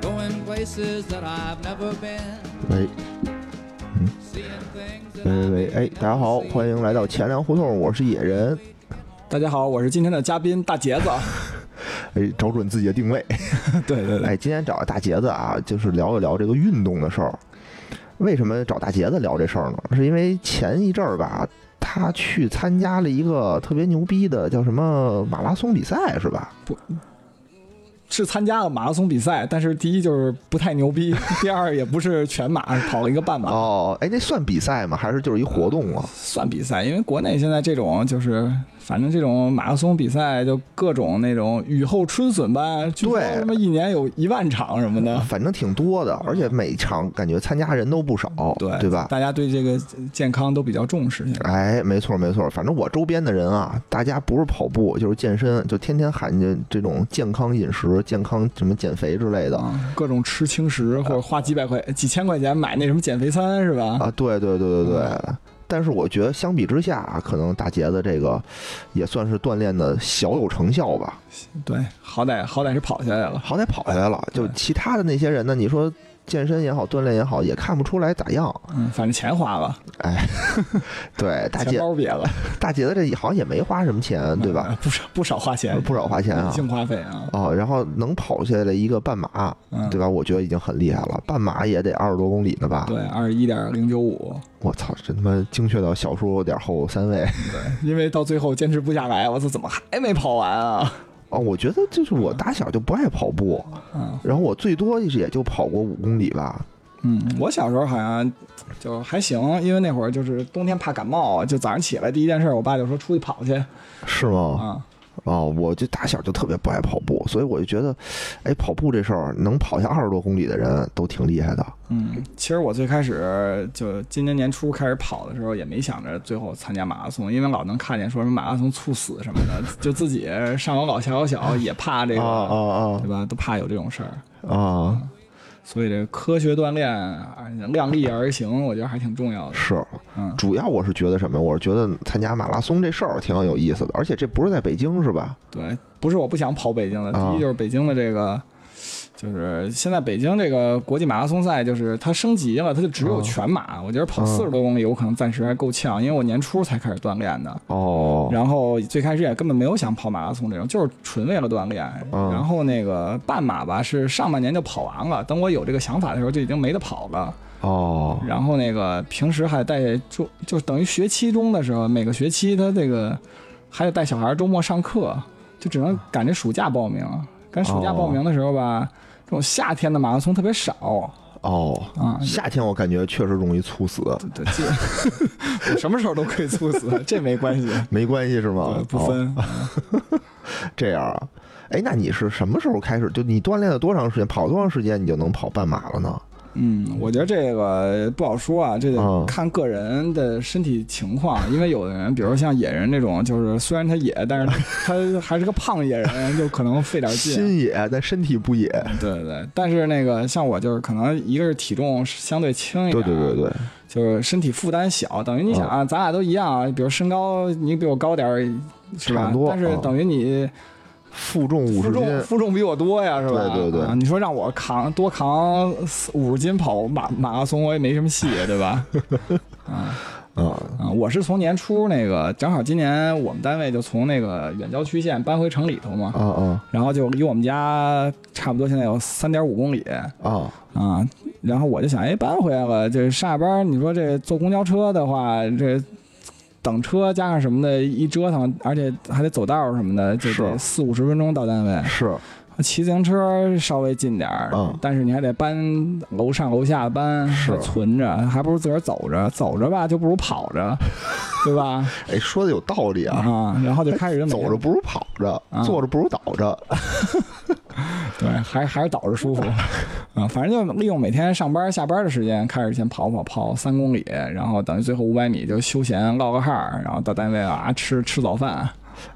Going places that I've never been. 喂 Seeing things that 喂 I've 喂，哎，大家好，欢迎来到钱粮胡同，我是野人，大家好，我是今天的嘉宾大杰 子。哎，找准自己的定位， 对对对，哎，今天找大杰子啊，就是聊一聊这个运动的事儿。为什么找大杰子聊这事儿呢？是因为前一阵儿吧，他去参加了一个特别牛逼的叫什么马拉松比赛，是吧？是参加了马拉松比赛，但是第一就是不太牛逼， 第二也不是全马，跑了一个半马，哦，哎，那算比赛吗？还是就是一活动啊？算比赛。因为国内现在这种就是，反正这种马拉松比赛就各种那种雨后春笋般，据说对什么一年有一万场什么的。反正挺多的，而且每场感觉参加人都不少，对 对吧？大家对这个健康都比较重视。哎，没错没错，反正我周边的人啊，大家不是跑步就是健身，就天天喊着这种健康饮食、健康什么减肥之类的啊。啊，各种吃轻食或者花几百块、几千块钱买那什么减肥餐是吧？啊对对对对对。但是我觉得相比之下啊，可能大杰子这个也算是锻炼的小有成效吧，对，好歹好歹是跑下来了。好歹跑下来了。就对其他的那些人呢，你说健身也好，锻炼也好，也看不出来咋样。嗯，反正钱花了，对，大钱杰包瘪了。大杰子这好像也没花什么钱，对吧？啊？ 不少不少花钱，不少花钱啊。净花费啊，哦，然后能跑下来一个半马，嗯，对吧？我觉得已经很厉害了，半马也得二十多公里呢吧？对，二十一点零九五， 我操，这他妈精确到小数点后三位因为到最后坚持不下来，我操，怎么还没跑完啊？哦！我觉得就是我打小就不爱跑步，嗯然后我最多也就跑过五公里吧。嗯，我小时候好像就还行，因为那会儿就是冬天怕感冒，就早上起来第一件事，我爸就说出去跑去是吗？啊，哦，我就打小就特别不爱跑步，所以我就觉得，哎，跑步这事儿能跑下二十多公里的人都挺厉害的。嗯，其实我最开始就今年年初开始跑的时候，也没想着最后参加马拉松，因为老能看见说什么马拉松猝死什么的，就自己上有老下有小，也怕这啊个，啊对吧？都怕有这种事儿。啊啊！嗯所以这科学锻炼，哎量力而行，我觉得还挺重要的。是，嗯主要我是觉得什么？我是觉得参加马拉松这事儿挺有意思的，而且这不是在北京是吧？对，不是我不想跑北京的，啊第一就是北京的这个，就是现在北京这个国际马拉松赛，就是它升级了，它就只啊有全马。我觉得跑四十多公里，我可能暂时还够呛，因为我年初才开始锻炼的。哦，然后最开始也根本没有想跑马拉松这种，就是纯为了锻炼。嗯然后那个半马吧，是上半年就跑完了。等我有这个想法的时候，就已经没得跑了。哦，然后那个平时还带就就等于学期中的时候，每个学期他这个还得带小孩周末上课，就只能赶着暑假报名。赶暑假报名的时候吧，这种夏天的马拉松特别少哦，啊。夏天我感觉确实容易猝死，对，基本 我什么时候都可以猝死， 这没关系，没关系是吗对？呃不哦、分。这样啊。哎，那你是什么时候开始？就你锻炼了多长时间？跑多长时间你就能跑半马了呢？嗯，我觉得这个不好说啊，这嗯得看个人的身体情况，因为有的人，比如像野人这种，就是虽然他 野，但是他还是个胖野人，就可能费点劲。心野，但身体不野。 对对对，但是那个像我就是可能一个是体重相对轻一对点，对对，对，嗯就是身体负担小，等于你想啊，咱俩都一样啊，比如身高你比我高点儿，是差吧不？多但是等于你负重五负十斤重负重比我多呀，是吧？对对对啊你说让我扛多扛五十斤跑马马拉松，我也没什么戏，对吧？ 啊啊，我是从年初那个正好今年我们单位就从那个远郊区县搬回城里头嘛，啊啊然后就离我们家差不多现在有三点五公里，啊！啊，然后我就想，哎，搬回来了，这上下班儿你说这坐公交车的话，这等车加上什么的，一折腾，而且还得走道儿什么的，就是得四五十分钟到单位。是骑自行车稍微近点儿，嗯但是你还得搬楼上楼下的搬，是还存着，还不如自个儿走着，走着吧就不如跑着，对吧？ 哎，说的有道理啊，啊，然后就开始就每走天着不如跑着，啊坐着不如倒着，对，还还是倒着 舒服啊。反正就利用每天上班下班的时间，开始先跑跑跑三公里，然后等于最后五百米就休闲唠个嗨儿，然后到单位啊吃吃早饭。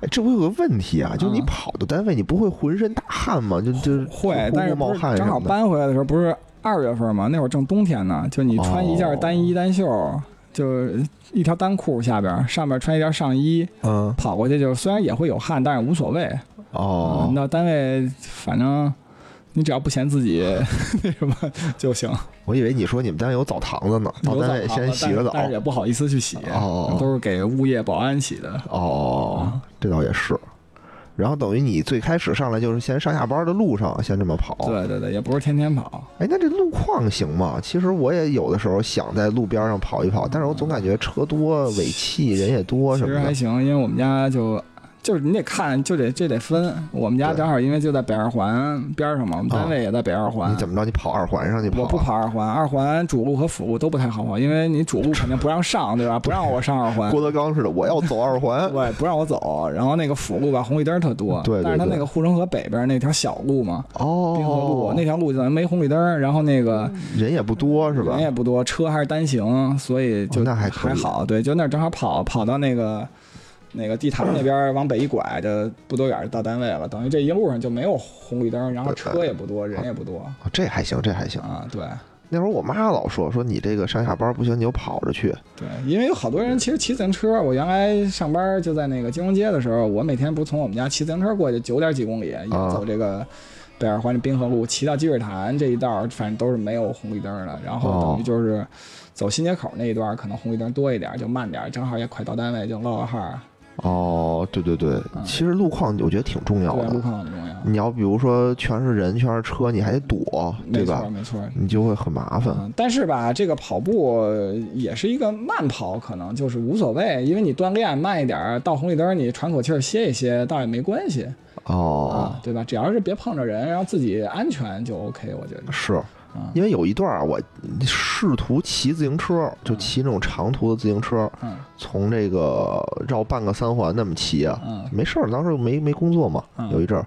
哎，这我有个问题啊，就是你啊跑到单位，你不会浑身大汗吗？就就会，但是冒不是汗什正好么的。搬回来的时候不是二月份嘛，那会儿正冬天呢，就你穿一件单哦衣单袖，就一条单裤下边儿，上面穿一件上衣，嗯，跑过去就虽然也会有汗，但是无所谓。哦嗯，到单位反正你只要不嫌自己 那什么就行。我以为你说你们单位有澡堂子呢，到有单位澡堂哦先子洗个澡。啊但是但是也不好意思去洗，哦都是给物业保安洗的。哦，这倒也是。然后等于你最开始上来就是先上下班的路上先这么跑。。对对对，也不是天天跑。哎，那这路况行吗？其实我也有的时候想在路边上跑一跑，但是我总感觉车多、尾气，人也多其什实么还的。行，因为我们家就就是你得看，就得这得分。我们家对哦正好因为就在北二环边上嘛，我们单位也在北二环。你怎么着？你跑二环上去跑？啊我不。跑二环，二环主路和辅路都不太好跑，因为你主路肯定不让上，对吧？不让我上二 环，啊郭德纲似的，我要走二环。对，不让我走。然后那个辅路吧，红绿灯特多，对对但是它对那个护城河北边那条小路嘛，滨河哦路，那条路就没红绿灯，然后那个人也不多是吧人？也不多，车还是单行，所以就哦那还还可以好。对，就那儿正好跑跑到那个那个地坛那边儿，往北一拐，就不多远儿到单位了。等于这一路上就没有红绿灯，然后车也不多，人也不多哦这还行，这还行。啊。对那会儿我妈老说说你这个上下班不行，你就跑着去。对，因为有好多人其实骑自行车。我原来上班就在那个金融街的时候，我每天不是从我们家骑自行车过去九点几公里，啊也走这个。北二环的滨河路，骑到积水潭这一道儿，反正都是没有红绿灯儿的。然后等于哦就是走新街口那一段儿，可能红绿灯多一点儿，就慢点儿，正好也快到单位，就唠个嗨儿。哦，对对对，其实路况我觉得挺重要嗯对，路的。况很重要。你要比如说全是人，全是车，你还得躲，嗯对没错，吧？没错。你就会很麻烦。嗯，但是吧，这个跑步也是一个慢跑，可能就是无所谓，因为你锻炼慢一点儿，到红绿灯你喘口气儿歇一歇，倒也没关系哦啊，，对吧？只要是别碰着人，然后自己安全就 OK，我觉得。是嗯因为有一段儿我试图骑自行车，就骑那种长途的自行车，嗯从这个绕半个三环那么骑啊，嗯，没事儿，当时没没工作嘛，嗯有一阵儿，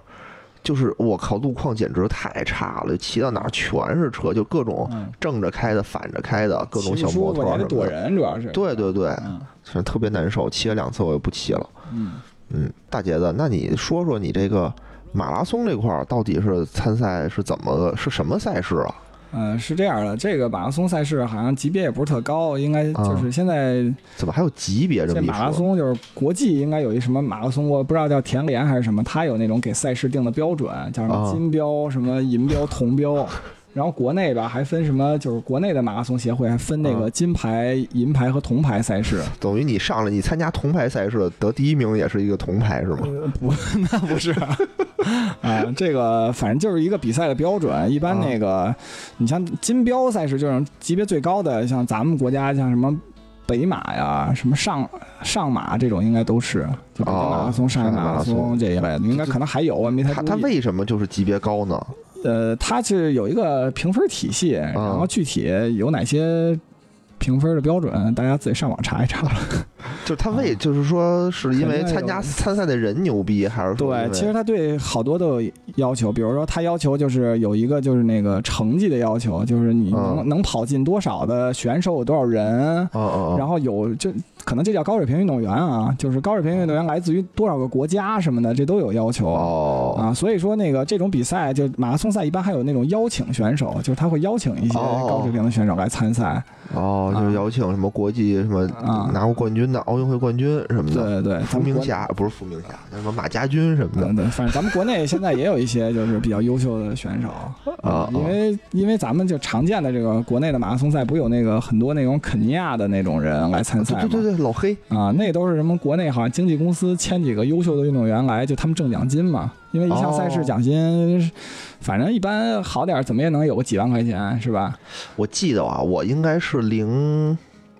就是我靠，路况简直太差了，骑到哪儿全是车，就各种嗯正着开的、反着开的，哦各种骑小不摩舒服托你什得躲么的。人主要是。对对对，嗯反正特别难受，骑了两次我也不骑了。嗯，嗯，大杰子，那你说说你这个马拉松这块儿到底是参赛是怎么个是什么赛事啊？呃，是这样的，这个马拉松赛事好像级别也不是特高，应该啊就是现在怎么还有级别这这么一马拉说？松就是国际应该有一什么马拉松，我不知道叫田联还是什么，它有那种给赛事定的标准，叫什啊么金标、什么银标、铜标。然后国内吧还分什么，就是国内的马拉松协会还分那啊个金牌、银牌和铜牌赛事。等于你上来你参加铜牌赛事得第一名也是一个铜牌是吗？不，那 不是啊，啊这个反正就是一个比赛的标准。一啊般那个，你像金标赛事这种级别最高的，像咱们国家像什么北马呀、什么上上马这种，应该都是就北京马拉松、哦上海上海马马拉拉松松这一类的，应该可能还有，我没太它它注意。为什么就是级别高呢？呃，它是有一个评分体系，啊然后具体有哪些评分的标准，大家自己上网查一查。就是他为，就是说，是因为啊肯定有参加参赛的人牛逼，还是说因对，为其实他对好多都有要求，比如说他要求就是有一个就是那个成绩的要求，就是你能、嗯能跑进多少的选手有多少人，哦哦然哦，后有就可能这叫高水平运动员啊，就是高水平运动员来自于多少个国家什么的，这都有要求。哦啊，所以说那个这种比赛，就马拉松赛一般还有那种邀请选手，就是他会邀请一些哦高水平的选手来参赛。哦，就是邀请什么国际什么啊拿过冠军的、奥运会冠军什么的，对对，伏咱们明国嗯霞啊不是伏明霞，叫什么马家军什么对的对，反正咱们国内现在也有一些就是比较优秀的选手，啊，因为因为咱们就常见的这个国内的马拉松赛，不有那个很多那种肯尼亚的那种人来参赛对吗？对对对，老黑啊，那都是什么国内好像经纪公司签几个优秀的运动员来，就他们挣奖金嘛。因为一项赛哦事奖金，反正一般好点儿怎么也能有个几万块钱，是吧？我记得啊，我应该是零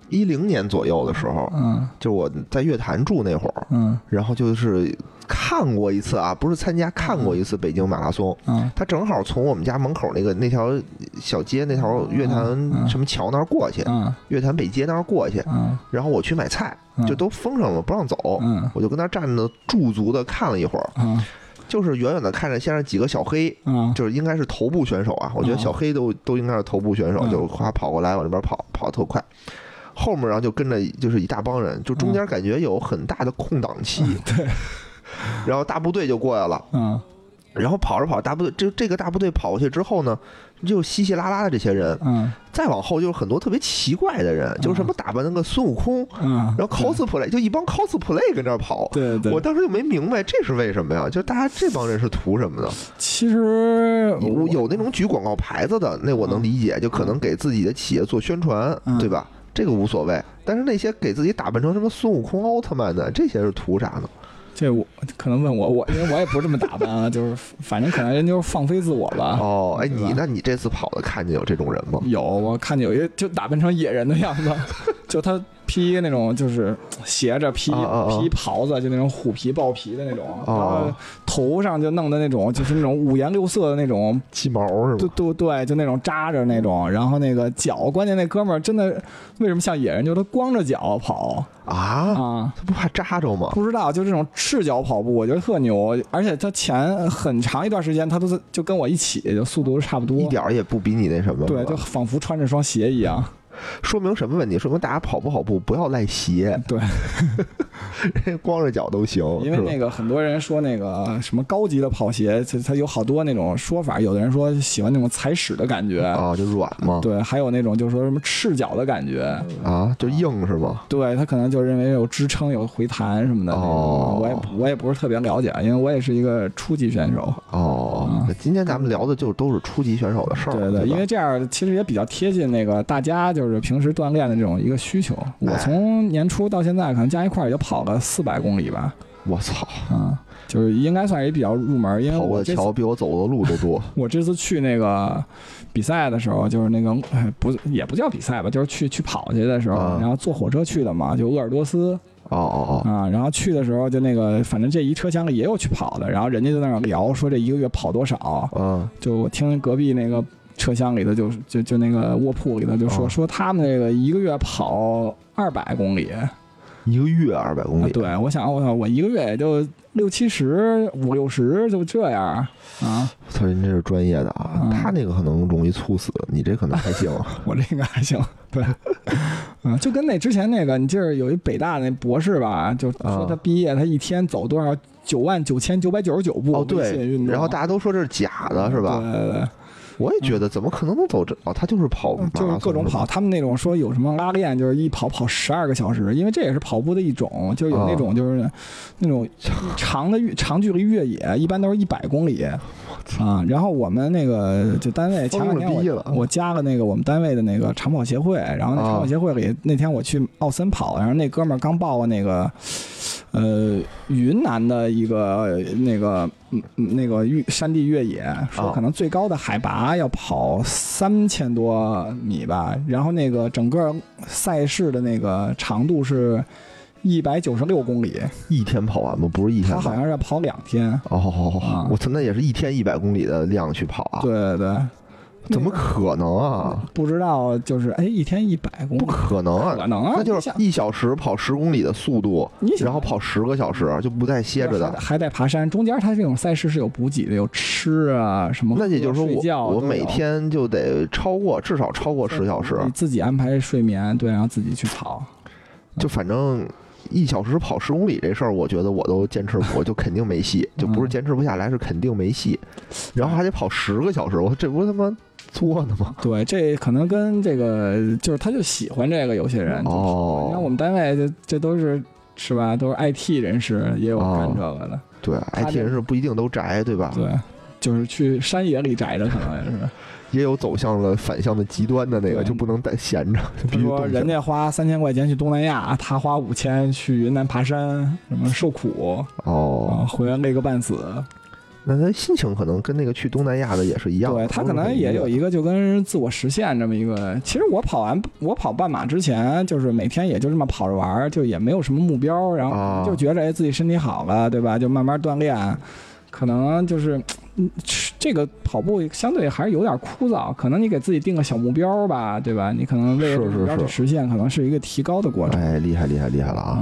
一零年左右的时候，嗯就是我在乐坛住那会儿，嗯然后就是看过一次啊，不是参加，看过一次北京马拉松。嗯他正好从我们家门口那个那条小街那条乐啊坛什么桥那儿过去，嗯乐坛北街那儿过去，嗯然后我去买菜，嗯就都封上了，不让走。嗯我就跟那儿站着驻足的看了一会儿，嗯就是远远的看着先是几个小黑，嗯，就是应该是头部选手啊，我觉得嗯小黑都都应该是头部选手，嗯就夸跑过来往这边跑，跑得特快。后面然后就跟着就是一大帮人，就中间感觉有很大的空档期，嗯对，然后大部队就过来了，嗯然后跑着跑着大部队这这个大部队跑过去之后呢，就稀稀拉拉的这些人，嗯再往后就是很多特别奇怪的人，就是什么打扮那个孙悟空，嗯，然后 cosplay 就一帮 cosplay 跟这儿跑，对对我，当时就没明白这是为什么呀？就大家这帮人是图什么的？其实有有那种举广告牌子的，那我能理解，就可能给自己的企业做宣传，嗯对吧？这个无所谓。但是那些给自己打扮成什么孙悟空、奥特曼的，这些是图啥呢？这我可能问我我，因为我也不是这么打扮 啊，就是反正可能人就是放飞自我吧。哦，哎，啊对你吧嗯那你这次跑的看见有这种人吗？有，我看见有一个就打扮成野人的样 子，就他披一个那种就是斜着披啊啊啊披袍子，就那种虎皮豹皮的那种，然后哦头上就弄的那种就是那种五颜六色的那种，鸡毛是对吗？对对，就那种扎着那种，然后那个脚，关键那哥们儿真的为什么像野人，就是他光着脚跑啊，啊。他不怕扎着吗？不知道，就这种赤脚跑步，我觉得特牛，而且他前很长一段时间，他都在就跟我一起，就速度差不多，一点儿也不比你那什么，对，是吧就仿佛穿着双鞋一样，说明什么问题？说明大家跑不跑步不要赖鞋， 对，光着脚都行，因为是吧那个很多人说那个什么高级的跑鞋，它它有好多那种说法，有的人说喜欢那种踩屎的感觉，啊，就软嘛，对，还有那种就是说什么赤脚的感觉，啊，就硬是吗？对他可能就认为有支撑、有回弹什么的。哦我也我也不是特别了解，啊因为我也是一个初级选手。哦，今天咱们聊的就都是初级选手的事儿，嗯对对吧，因为这样其实也比较贴近那个大家就是平时锻炼的这种一个需求。我从年初到现在，可能加一块儿也就跑了四百公里吧，我操，嗯，就是应该算是也比较入门，因为跑过哎我的这次桥比我走的路都 多我这次去那个比赛的时候，就是那个哎不也不叫比赛吧，就是去去跑去的时候，啊然后坐火车去的嘛，就鄂尔多斯哦哦啊，然后去的时候就那个反正这一车厢里也有去跑的，然后人家就在那儿聊说这一个月跑多少，哦，就我听隔壁那个车厢里的就就就那个卧铺里的就说、啊说他们那个一个月跑二百公里，嗯，一个月二百公啊里，对我想我操我一个月也就六七十五六十就这样啊，我操，您这是专业的啊嗯，他那个可能容易猝死，你这可能还行， 我这个 还行，对，嗯，就跟那之前那个，你记得有一北大那博士吧，就说啊他毕业，他一天走多少九万九千九百九十九步哦微信对运，动然后大家都说这是假的是吧？对对对，嗯我也觉得怎么可能能走这哦，他就是跑马拉就松是各种吧跑，他们那种说有什么拉练，就是一跑跑十二个小时，因为这也是跑步的一种，就是有那哦种就是那种长的越长距离越野，一般都是一百公里。啊，然后我们那个就单位前两天疯了逼了我我加了那个我们单位的那个长跑协会，然后那啊长跑协会里、那天我去奥森跑，然后那哥们儿刚报了那个呃云南的一个那个嗯嗯那个越山地越野，说啊可能最高的海拔要跑三千多米吧，然后那个整个赛事的那个长度是一百九十六公里，一天跑完吗？不是一天他好吧？像是要跑两天。哦啊，我操，那也是一天一百公里的量去跑啊？对对对，怎么可能啊？不知道就是哎，一天一百公不，里可能啊！不可能啊那就你是想一小时跑十公里的速度你，想然后跑十个小时就不带歇着还得的。还得爬山。中间它这种赛事是有补给的，有吃啊什么喝。那也就是说睡觉我我都有每天就得超过至少超过十小时，你自己安排睡眠，对，然后自己去跑。就反正一小时跑十公里这事儿，我觉得我都坚持不，我就肯定没戏，就嗯不是坚持不下来，是肯定没戏。然后还得跑十个小时，我这不他妈作呢 吗？对，这可能跟这个就是他就喜欢这个，有些人。你看我哦，们单位这这都是是吧，都是 IT 人士，也有干这个的。对这，IT 人士不一定都宅，对吧？对，就是去山野里宅着，可能也是。也有走向了反向的极端的那个，对就不能待闲着，就 必他须说动起人来。家花三千块钱去东南亚，他花五千去云南爬山，什么受苦啊哦啊，，回来累个半死。那他心情可能跟那个去东南亚的也是一样的，对他可能也有一个就跟自我实现这么一个。其实我跑完我跑半马之前，就是每天也就这么跑着玩儿，就也没有什么目标，然啊后就觉着哎自己身体好了，对吧？就慢慢锻炼，可能就是嗯这个跑步相对还是有点枯燥，可能你给自己定个小目标吧，对吧？你可能为了这是个是目标去是实现，可能是一个提高的过程哎，厉害厉害厉害了啊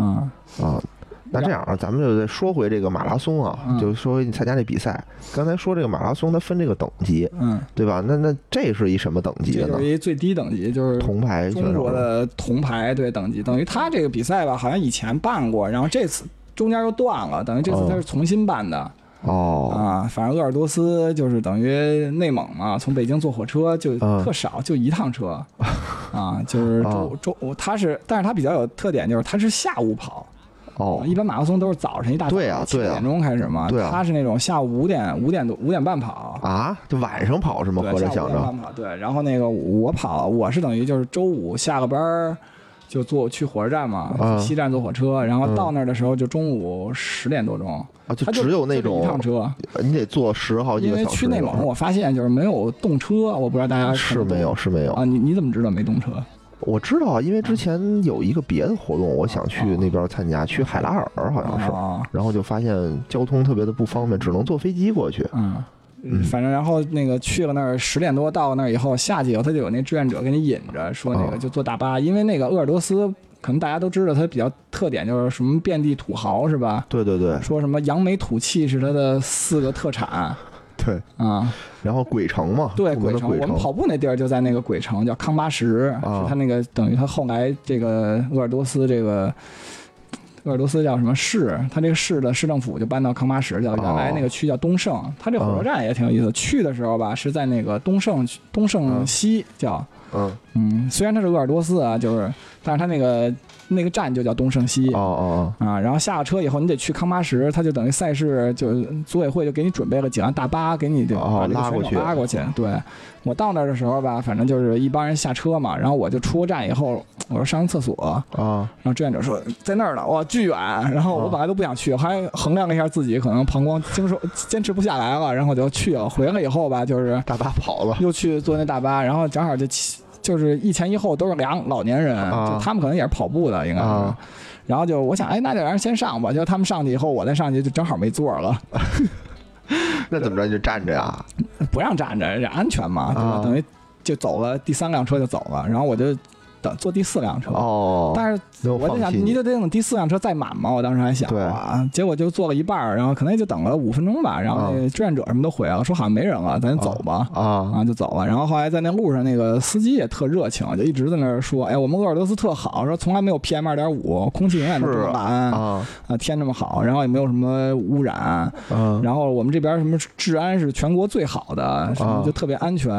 啊。啊！那这样啊，咱们就再说回这个马拉松啊，嗯就说回你参加这比赛。刚才说这个马拉松，它分这个等级，嗯，对吧？那那这是一什么等级这的就呢是？一最低等级，就是铜牌选中手国吗的铜牌对等级，等于他这个比赛吧，好像以前办过，然后这次中间又断了，等于这次他是重新办的、哦，啊。反正鄂尔多斯就是等于内蒙嘛，从北京坐火车就嗯哦特少，就一 趟车啊，就是周周他是，但是他比较有特点就是他是下午跑，哦啊一般马拉松都是早晨一大早对啊七对啊点钟开始嘛，对啊他是那种下午五点五点多五点半跑。啊，就晚上跑是吗？对，合着下午想要着慢跑对，然后那个我跑，我是等于就是周五下个班儿就坐去火车站嘛，嗯西站坐火车，然后到那儿的时候就中午十点多钟，啊，就它只有那就一趟种呃车，你得坐十好几因个为小时去那内种。蒙，我发现就是没有动车，我不知道大家是没有是没有啊？，你你怎么知道没动车？我知道，啊因为之前有一个别的活动，我想去那边参加，去海拉尔好像是，啊，然后就发现交通特别的不方便，只能坐飞机过去。嗯。反正然后那个去了那儿十点多到那儿以后下去以后他就有那志愿者给你引着说那哦个就坐大巴，因为那个鄂尔多斯可能大家都知道它比较特点就是什么遍地土豪是吧？对对 对说什么扬眉吐气是它的四个特产啊、对，然后鬼城嘛，对，著名鬼啊的城，鬼我们跑步那地儿就在那个鬼城，叫康巴什，啊是它那个等于它后来这个鄂尔多斯这个。鄂尔多斯叫什么市？它这个市的市政府就搬到康巴什去了。啊原来那个区叫东胜，它这火车站也挺有意思。去的时候吧，是在那个东胜区东啊胜西叫，嗯，嗯，虽然它是鄂尔多斯啊，就是，但是它那个那个站就叫东胜西。哦哦啊，然后下了车以后，你得去康巴什，他就等于赛事就组委会就给你准备了几辆大巴，给你就哦把这个拉选过手去拉过去。对我到那儿的时候吧，反正就是一帮人下车嘛，然后我就出站以后，我说上个厕所，哦啊，然后志愿者说在那儿呢，哇，巨远。然后哦我本来都不想去，我还衡量了一下自己可能膀胱经受坚持不下来了，然后我就去了。回来以后吧，就是大巴跑了， 又去坐那大巴，然后正好就骑，就是一前一后都是俩老年人，啊就他们可能也是跑步的，应该是。啊然后就我想，哎，那就让人先上吧。就他们上去以后，我再上去就正好没座 了，那怎么着你就站着呀？不让站着，这安全嘛，对吧？啊等于就走了，第三辆车就走了，然后我就等坐第四辆车。哦，但是那我我就放想，弃你就得等第四辆车载满嘛。我当时还想对啊，结果就坐了一半儿，然后可能也就等了五分钟吧。然后那志愿者什么都回来了，说好像没人了，咱走吧。啊啊，就走了。然后后来在那路上，那个司机也特热情，就一直在那儿说：“哎，我们鄂尔多斯特好，说从来没有 PM 二点五，空气永远都这么蓝啊啊天这么好，然后也没有什么污染，啊然后我们这边什么治安是全国最好的，啊什么就特别安全。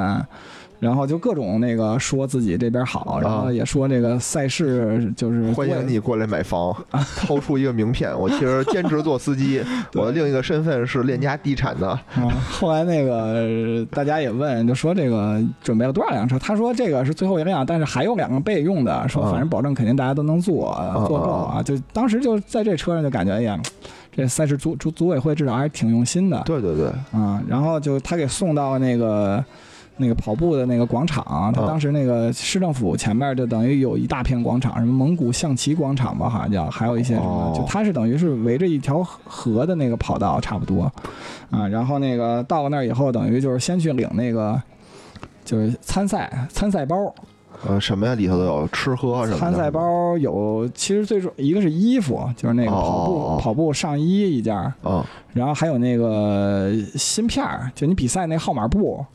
然后就各种那个说自己这边好，然后也说这个赛事就是啊欢迎你过来买房，啊掏出一个名片。我其实 兼职做司机，我的另一个身份是链家地产的。啊，后来那个呃大家也问，就说这个呃准备了多少辆车？他说这个是最后一辆，但是还有两个备用的，说啊反正保证肯定大家都能坐、坐够啊啊。就当时就在这车上就感觉，哎呀，这赛事组组组委会至少还是挺用心的对对对，啊。然后就他给送到那个。那个跑步的那个广场，他啊当时那个市政府前面就等于有一大片广场，什么蒙古象棋广场吧，好像叫，还有一些什么哦，就它是等于是围着一条河河的那个跑道差不多，啊，然后那个到了那儿以后，等于就是先去领那个就是参赛参赛包，呃，什么呀？里头都有吃哦喝什么的。参赛包有其实最重一个是衣服，就是那个哦跑步、哦哦跑步上衣一件儿，啊然后还有那个芯片儿，就你比赛那号码布，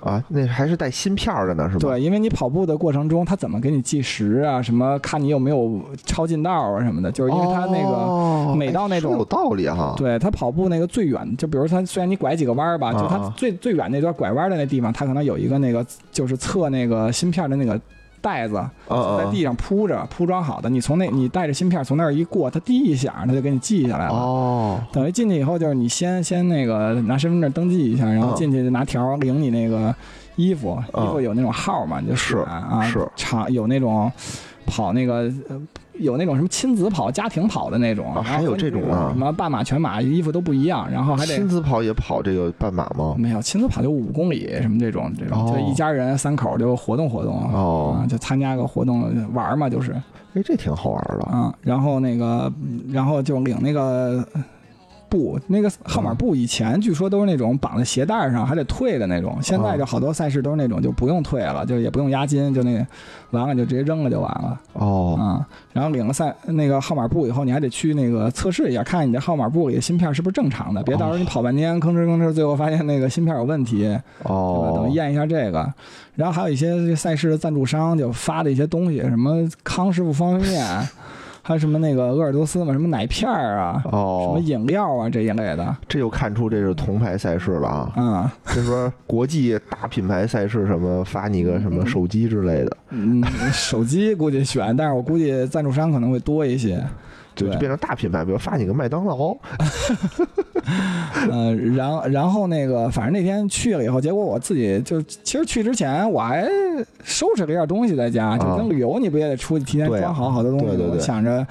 啊，那还是带芯片儿的呢，是吧？对，因为你跑步的过程中，他怎么给你计时啊？什么看你有没有超近道啊什么的，就是因为他那个。个每到那种哦哎有道理哈。对他跑步那个最远，就比如他虽然你拐几个弯儿吧，就他啊啊最最远那段拐弯的那地方，他可能有一个那个就是测那个芯片的那个袋子，嗯，嗯在地上铺着铺装好的。你从那你带着芯片从那儿一过，它滴一下，它就给你记下来了。哦等于进去以后，就是你先先那个拿身份证登记一下，然后嗯进去就拿条儿领你那个衣服，嗯啊衣服有那种号嘛，你就是选啊，是长有那种跑那个呃有那种什么亲子跑、家庭跑的那种，啊然后还有这种啊嗯什么半马、全马，衣服都不一样，然后哦还得亲子跑也跑这个半马吗？没有亲子跑就五公里什么这种，这种哦就一家人三口就活动活动，哦啊，就参加个活动玩儿嘛，就是哎，这挺好玩的。啊，然后那个，嗯然后就领那个布，那个号码布以前据说都是那种绑在鞋带上还得退的那种，现在就好多赛事都是那种就不用退了，就也不用押金，就那完了就直接扔了就完了哦，啊。然后领了赛那个号码布以后，你还得去那个测试一下，看你这号码布里的芯片是不是正常的，别到时候你跑半天吭哧吭哧，最后发现那个芯片有问题，对吧？等哦，验一下啊这个，然后还有一些这赛事的赞助商就发的一些东西，什么康师傅方便面， 还有什么那个鄂尔多斯嘛，什么奶片儿啊，什么哦，饮料啊这一类的，这又看出这是铜牌赛事了 啊！啊、这说国际大品牌赛事什么发你个什么手机之类的，嗯，手机估计选，但是我估计赞助商可能会多一些，就对就变成大品牌，比如发你个麦当劳。 呃，然后然后那个，反正那天去了以后，结果我自己就其实去之前我还收拾了一点东西在家，就啊跟旅游你不也得出去提前对啊装好好多东西？对对对我想着。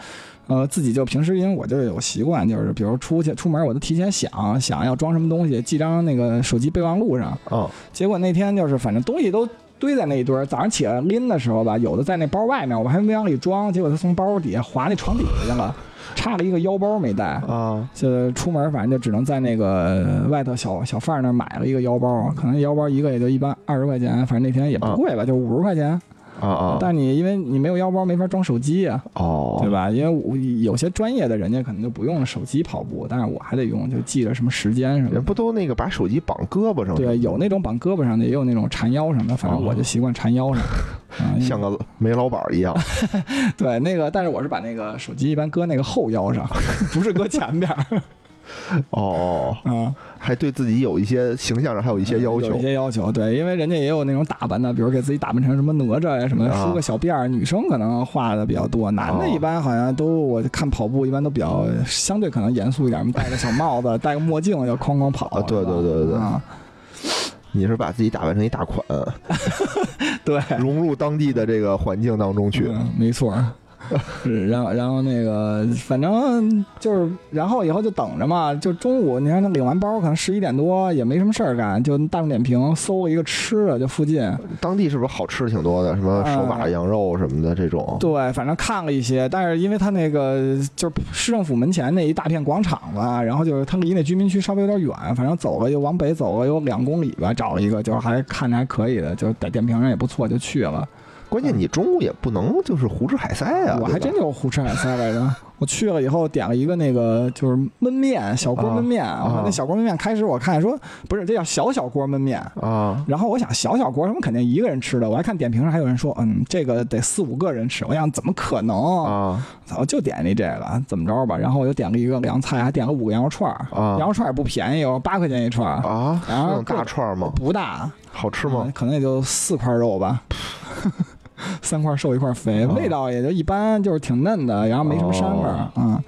呃，自己就平时因为我就有习惯，就是比如出去出门，我都提前想想要装什么东西，记张那个手机备忘录上。嗯，结果那天就是反正东西都堆在那一堆儿，早上起来拎的时候吧，有的在那包外面，我还没往里装，结果他从包底下滑那床底下去了，差了一个腰包没带。啊，就出门反正就只能在那个外头小小贩儿那儿买了一个腰包，可能腰包一个也就一般二十块钱，反正那天也不贵吧，就五十块钱。啊啊，但你因为你没有腰包，没法装手机呀、哦，对吧？因为我有些专业的人家可能就不用手机跑步，但是我还得用，就记着什么时间什么人的。不都那个把手机绑胳膊上？对，有那种绑胳膊上的，也有那种缠腰上的，反正我就习惯缠腰上的。啊，因 为像个煤老板一样。对那个，但是我是把那个手机一般搁那个后腰上，不是搁前边儿。哦，啊，还对自己有一些形象上还有一些要嗯有求一。些要求，对，因为人家也有那种打扮的，比如给自己打扮成什么哪吒呀什么的，啊梳个小辫儿。女生可能画的比较多，男的哦一般好像都我看跑步一般都比较相对可能严肃一点，戴个小帽子，戴个墨镜要哐哐跑。啊对是吧对对对对啊，你是把自己打扮成一大款，对，融入当地的这个环境当中去。嗯没错。然后，然后那个，反正就是，然后以后就等着嘛。就中午，你看他领完包，可能十一点多也没什么事儿干，就大众点评搜了一个吃的，就附近。当地是不是好吃挺多的？什么手把羊肉什么的这种。对，反正看了一些，但是因为他那个就是市政府门前那一大片广场吧，然后就是他离那居民区稍微有点远，反正走了就往北走了有两公里吧，找了一个就是还看着还可以的，就是在电瓶上也不错，就去了。关键你中午也不能就是胡吃海塞啊。我还真对吧就胡吃海塞来着。我去了以后点了一个那个就是焖面小锅焖面，啊我说那小锅焖面开始我看说不是这叫小小锅焖面。啊然后我想小小锅他们肯定一个人吃的，我还看点评上还有人说，嗯，这个得四五个人吃，我想怎么可能啊操，就点一这个，怎么着吧？然后我就点了一个凉菜，还点了五个羊肉串儿，啊羊肉串儿也不便宜哦，八块钱一串儿，啊！是然后那种大串吗？不大，好吃吗嗯？可能也就四块肉吧， 三块瘦一块肥，啊味道也就一般，就是挺嫩的，然后没什么膻味儿啊。哦嗯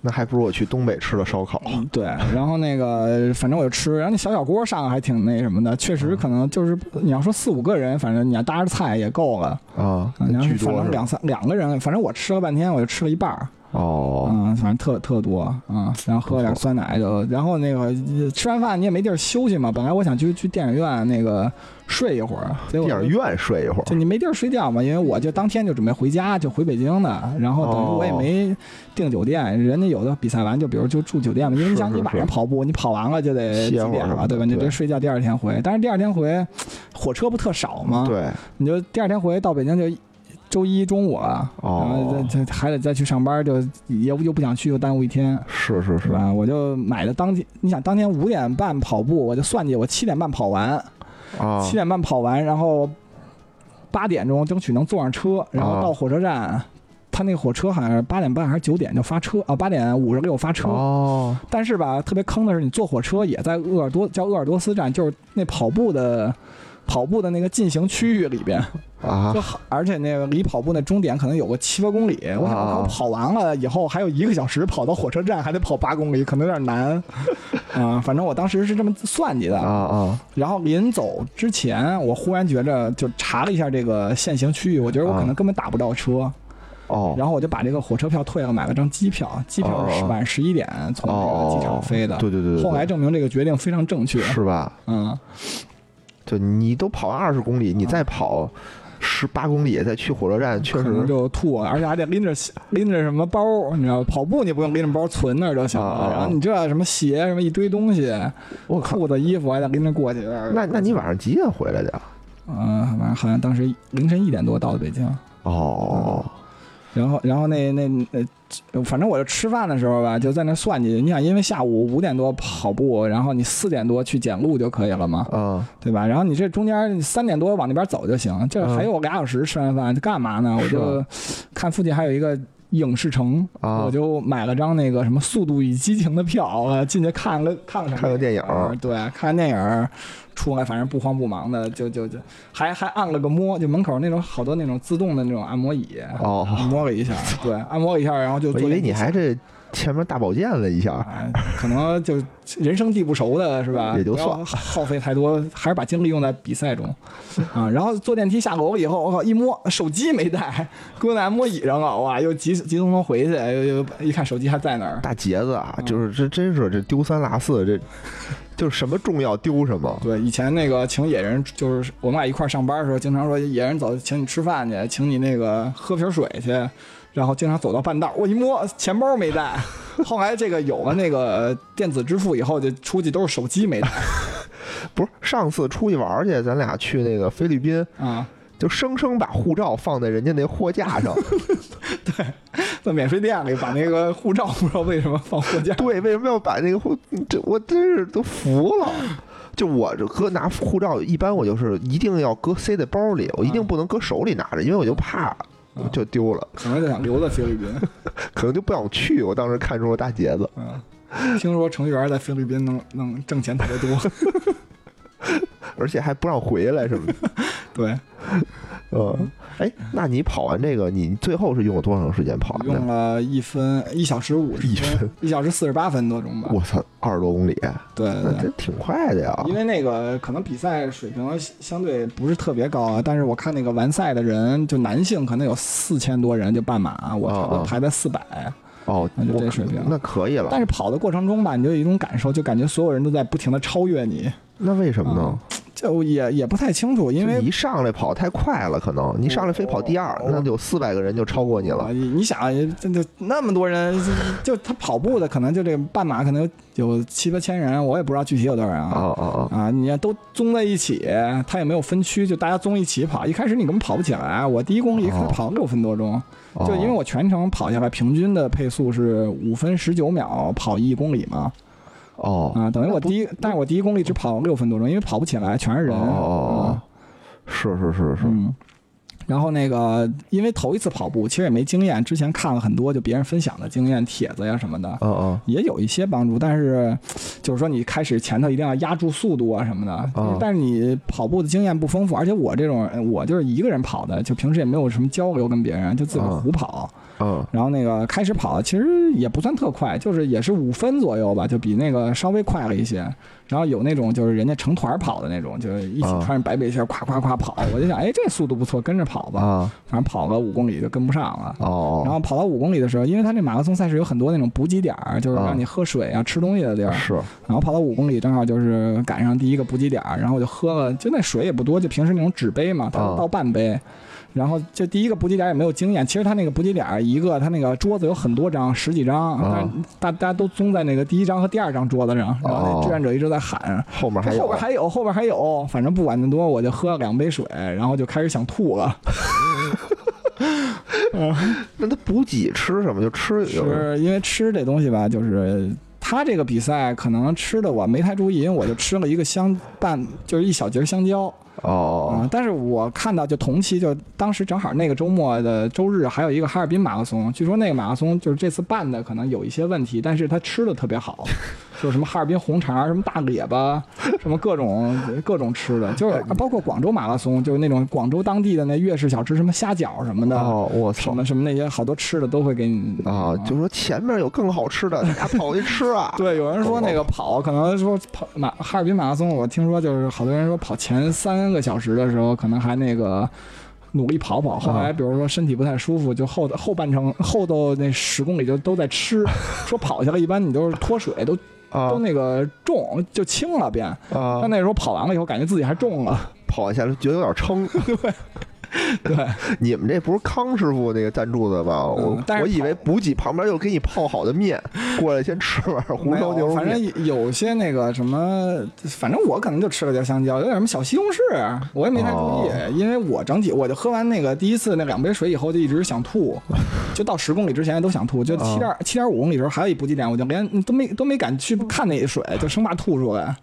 那还不如我去东北吃的烧烤。对，然后那个反正我就吃，然后那小小锅上还挺那什么的，确啊实可能就是你要说四五个人，反正你要搭着菜也够了。啊嗯，然后巨反多正是吧两三两个人，反正我吃了半天，我就吃了一半儿。哦，嗯，反正特特多啊、嗯，然后喝了点酸奶就，然后那个呃吃完饭你也没地儿休息嘛，本来我想去去电影院那个睡一会儿，结果电影院睡一会就儿你没地儿睡觉嘛，因为我就当天就准备回家，就回北京的，然后等于我也哦没订酒店，人家有的比赛完就比如就住酒店嘛，因为你是想你是晚上是跑步，你跑完了就得几歇会儿点什了，么对的吧？你就对别睡觉，第二天回，但是第二天回火车不特少吗？，对，你就第二天回到北京就周一中午了，哦然后再再还得再去上班，就也又不想去，又耽误一天，是是是是，吧？我就买的当天，你想当天五点半跑步，我就算计我七点半跑完，啊七点半跑完，然后八点钟争取能坐上车，然后啊到火车站。他那个火车好像是八点半还是九点就发车啊，八点五十六发车。哦但是吧，特别坑的是，你坐火车也在鄂尔多叫鄂尔多斯站，就是那跑步的跑步的那个进行区域里边。啊就好，而且那个离跑步那终点可能有个七八公里，我想啊我跑完了以后还有一个小时，跑到火车站还得跑八公里，可能有点难啊、反正我当时是这么算计啊的。啊然后临走之前，我忽然觉着就查了一下这个限行区域，我觉得我可能根本打不到车，啊哦，然后我就把这个火车票退了，买了张机票，机票是晚十一点从这个机场飞的。哦对对对对，后来证明这个决定非常正确。是吧？嗯，对你都跑完二十公里，你再跑十八公里，再去火车站，确可能实就吐，啊而且还得拎着拎着什么包，你知道，跑步你不用拎着包存那儿就行啊啊啊。了然后你这什么鞋什么一堆东西，我靠。裤子衣服还得拎着过去。那那你晚上几点回来的呀？嗯，反正好像当时凌晨一点多到的北京。哦，然后，然后那那呃，反正我就吃饭的时候吧，就在那算计。你想，因为下午五点多跑步，然后你四点多去捡路就可以了嘛，嗯，对吧？然后你这中间三点多往那边走就行，这嗯还有俩小时吃完饭，干嘛呢？我是就看附近还有一个影视城，啊我就买了张那个什么《速度与激情》的票，我进去看了看了看个电影儿啊对，看完电影儿出来，反正不慌不忙的，就就就还还按了个摸，就门口那种好多那种自动的那种按摩椅，哦按摩了一下，对，按摩了一下，然后就我坐以为电你梯还这前面大保健了一下，哎，可能就人生地不熟的是吧？也就不要算耗费太多，还是把精力用在比赛中啊。然后坐电梯下楼以后，我靠，一摸手机没带，搁那按摩椅上了，哇，又急急匆匆回去，又又一看手机还在那儿。大杰子啊，就是这真是这丢三落四，这就是什么重要丢什么。对，以前那个请野人，就是我们俩一块儿上班的时候，经常说野人走，请你吃饭去，请你那个喝瓶水去，然后经常走到半道儿，我一摸钱包没带。后来这个有了那个呃电子支付以后，就出去都是手机没带不是上次出去玩儿去，咱俩去那个菲律宾，啊。就生生把护照放在人家那货架上。在免税店里把那个护照 不知道为什么放货架， 对，为什么要把那个护？这我真是都服了。就我这搁拿护照，一般我就是一定要搁塞在包里，我一定不能搁手里拿着，因为我就怕嗯就丢了，可能就想留在菲律宾。可能就不想去。我当时看中了大杰子，嗯，听说程序员在菲律宾能能挣钱特别多，而且还不让回来 什么的。 对，嗯，哎，那你跑完这个，你最后是用了多长时间跑完用的？了一分一小时五十一分分，一小时四十八分多钟吧。我操，二十多公里，对那对对这挺快的呀！因为那个可能比赛水平相相对不是特别高啊，但是我看那个完赛的人，就男性可能有四千多人就半马，我差不哦哦多排在四百、哦，那就我这可水平那可以了。但是跑的过程中吧，你就有一种感受，就感觉所有人都在不停的超越你，那为什么呢？就也也不太清楚，嗯因为你一上来跑太快了，可能你上来非跑第二，我那就四百个人就超过你啊了。你你想啊，这这那么多人，就就他跑步的可能就这个半马可能有有七八千人，我也不知道具体有多少人啊。哦哦哦，啊，你要都综在一起，他也没有分区，就大家综一起跑。一开始你根本跑不起来，我第一公里可能哦跑六分多钟，哦就因为我全程跑下来平均的配速是五分十九秒跑一公里嘛。哦啊，等于我第一，但是我第一公里只跑六分多钟，因为跑不起来，全是哦人。啊哦哦，是是是是，嗯，然后那个，因为头一次跑步，其实也没经验，之前看了很多就别人分享的经验帖子呀什么的，嗯嗯也有一些帮助。但是， 就是说你开始前头一定要压住速度啊什么的。嗯但是你跑步的经验不丰富，而且我这种我就是一个人跑的，就平时也没有什么交流跟别人，就自个儿嗯胡跑。嗯，然后那个开始跑，其实也不算特快，就是也是五分左右吧，就比那个稍微快了一些。然后有那种就是人家成团跑的那种，就是一起啊穿着白背心儿咵咵咵跑，我就想，哎，这速度不错，跟着跑吧。啊反正跑个五公里就跟不上了。哦，嗯然后跑到五公里的时候，因为他这马拉松赛事有很多那种补给点儿，就是啊让你喝水啊、吃东西的地儿。是然后跑到五公里，正好就是赶上第一个补给点儿，然后我就喝了，就那水也不多，就平时那种纸杯嘛，它啊倒半杯。然后就第一个补给点儿也没有经验，其实它那个补给点儿一个，它那个桌子有很多张，十几张，啊但是大大家都综在那个第一张和第二张桌子上，然后哦那志愿者一直在喊。后面还这有啊后边还有，后边还有，反正不管得多，我就喝了两杯水，然后就开始想吐了。那他补给吃什么？就吃有是因为吃这东西吧，就是他这个比赛可能吃的我没太注意，因为我就吃了一个香半，就是一小节香蕉啊、哦但是我看到就同期，就当时正好那个周末的周日还有一个哈尔滨马拉松，据说那个马拉松就是这次办的可能有一些问题，但是他吃的特 别好，就是什么哈尔滨红肠、什么大列巴、什么各种各种吃的，哎就是包括广州马拉松，就是那种广州当地的那粤式小吃，什么虾饺什啊么的。哦，我什操！么什么那些好多吃的都会给你！啊，就说前面有更好吃的，大家跑去吃啊 对，有人说那个跑，可能说跑马哈尔滨马拉松，我听说就是好多人说跑前三个小时的时候，可能还那个努力跑跑。后啊来比如说身体不太舒服，就后后半程后头那十公里就都在 吃。说跑下来一般你都是脱水，都啊都那个重就轻了变。啊但，那时候跑完了以后，感觉自己还重了。 跑下来觉得有点撑。 对，你们这不是康师傅那个赞助的吗？我嗯但是我以为补给旁边又给你泡好的面，过来先吃碗胡没烧牛有，肉反面。正有些那个什么，反正我可能就吃了点香蕉，有点什么小西红柿，我也没太注意，哦因为我整体我就喝完那个第一次那两杯水以后就一直想 吐，就到十公里之前都想吐，哦就七点七点五公里的时候还有一补给点，我就连都没都没敢去看那水，就生怕吐出来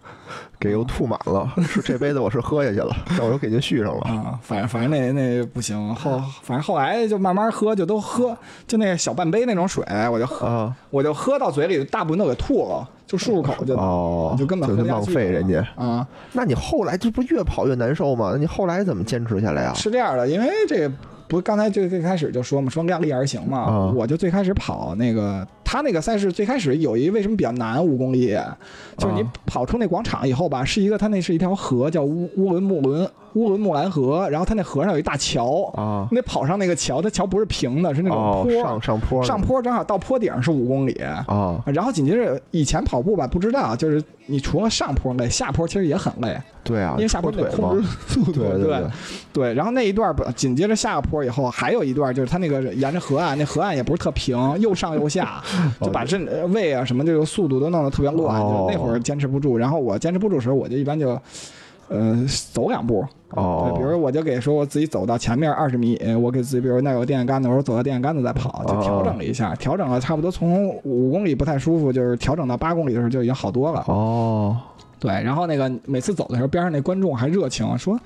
给又吐满了，嗯是这杯子我是喝下去了，但我又给您续上了。啊。反正反正那那不行，后反正后来就慢慢喝，就都喝，就那小半杯那种水，我就喝，啊，我就喝到嘴里，大部分都给吐了，就漱漱口就。哦，嗯就根本是喝不下浪去费人家。啊、那你后来这不越跑越难受吗？那你后来怎么坚持下来啊？是这样的，因为这个不刚才就最开始就说嘛，说量力而行嘛。啊我就最开始跑那个他那个赛事最开始有一为什么比较难五公里，就是你啊跑出那广场以后吧，是一个它那是一条河叫乌乌伦木伦乌伦木兰河，然后它那河上有一大桥，啊，那跑上那个桥，它桥不是平的，是那种哦，坡，上上坡呢上坡正好到坡顶是五公里。啊然后紧接着，以前跑步吧，不知道，就是你除了上坡累，下坡其实也很累，对啊，因为下坡坡腿得嘛控制， 速度，对对对，对，然后那一段儿紧接着下个坡以后，还有一段就是它那个沿着河岸，那河岸也不是特平，又上又下， 就把这呃胃啊什么这个速度都弄得特别乱，哦就那会儿坚持不住。然后我坚持不住的时候，我就一般就。呃，走两步，哦对，，比如我就给说我自己走到前面二十米，我给自己，比如那有电线杆子，我说走到电线杆子再跑，就调整了一下，调整了差不多从五公里不太舒服，就是调整到八公里的时候就已经好多了。哦，对，然后那个每次走的时候，边上那观众还热情说。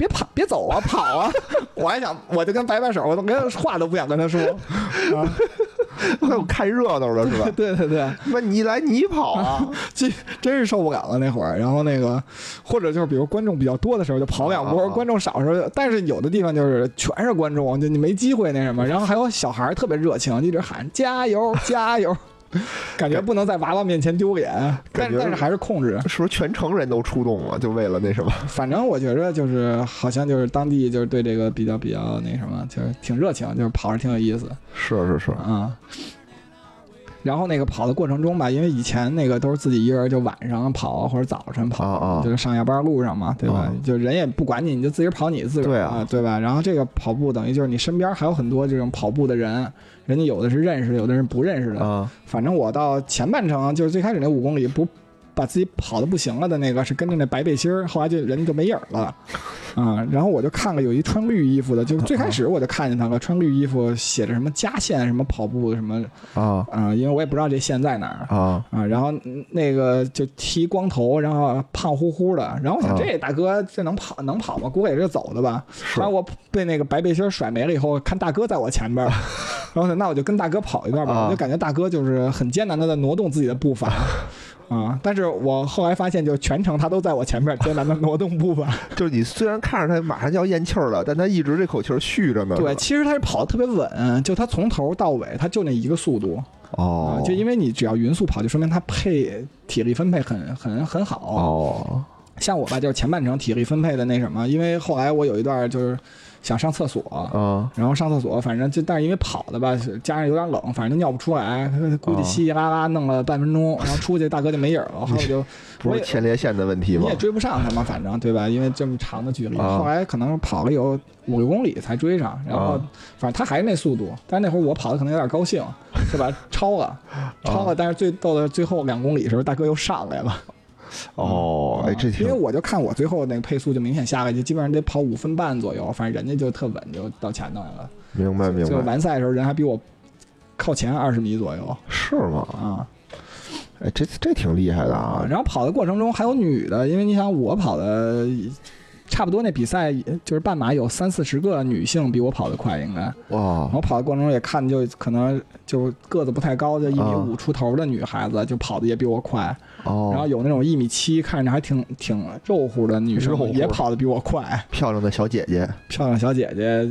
别跑，别走啊，跑啊！ 我还想，我就跟摆摆手，我都连话都不想跟他说。啊，还有 看热闹的是 吧？对对对，那你来你跑 啊，这真是受不了了那会儿。然后那个，或者就是比如观众比较多的时候就跑两啊波，啊观众少的时候，但是有的地方就是全是观众，就你没机会那什么。然后还有小孩儿特别热情，一直喊加油加油， 感觉不能在娃娃面前丢脸，但感觉是但是还是控制。是不是全城人都出动了？就为了那什么？反正我觉着就是好像就是当地就是对这个比较比较那什么，就是挺热情，就是跑着挺有意思是是是，啊。然后那个跑的过程中吧，因为以前那个都是自己一个人，就晚上跑或者早晨跑，啊啊就是上下班路上嘛，对吧？啊就人也不管你，你就自己跑你自个对儿啊对吧？然后这个跑步等于就是你身边还有很多这种跑步的人，人家有的是认识的，有的是不认识的，啊反正我到前半程就是最开始那五公里不把自己跑的不行了的那个是跟着那白背心儿，后来就人就没影儿了，啊、然后我就看了有一穿绿衣服的，就是最开始我就看见他了，穿绿衣服写着什么加线什么跑步什么啊啊、因为我也不知道这线在哪儿。 啊！啊，然后嗯那个就剃光头，然后胖乎乎的，然后我想啊这大哥这能跑能跑吗？估计也是走的吧。是然后我被那个白背心儿甩没了以后，看大哥在我前 边儿，然后呢，那我就跟大哥跑一段吧。啊我就感觉大哥就是很艰难的在挪动自己的 步伐。啊！但是我后来发现，就全程他都在我前边儿艰难的挪动步伐。 就是你虽然看着他马上就要咽气儿了，但他一直这口气儿续着呢。对，是吧其实他是跑得特别稳，就他从头到尾，他就那一个速度啊哦，。就因为你只要匀速跑，就说明他配体力分配很很很好。哦像我吧，就是前半程体力分配的那什么，因为后来我有一段就是想上厕所，啊然后上厕所，反正就但是因为跑的吧，加上有点冷，反正尿不出来，估计稀稀拉拉弄了半 分钟，然后出去大哥就没影儿了，后来我就不我是也前列腺的问题你吗也？追不上他嘛，反正对吧？因为这么长的距离，啊后来可能跑了有五六公里才追上，然后啊反正他还是那速度，但是那会儿我跑的可能有点 高兴，对吧？超了，啊超了，但是最逗的是最后两公里的时候，大哥又上来了。哦，哎，这挺嗯因为我就看我最后那个配速就明显下来，就基本上得跑五分半左右，反正人家就特稳，就到前头来了。明白明就白，完赛的时候人还比我靠前二十米左右是吗？啊哎，这这挺厉害的啊！然后跑的过程中还有女的，因为你想我跑的差不多那比赛就是半马有三四十个女性比我跑得快，应该。哇然后跑的过程中也看就可能就个子不太高，就一米啊五出头的女孩子就跑的也比我快。然后哦，有那种一米七看着还挺挺肉乎的女肉乎生也跑得比我快。漂亮的小姐姐，漂亮小姐姐，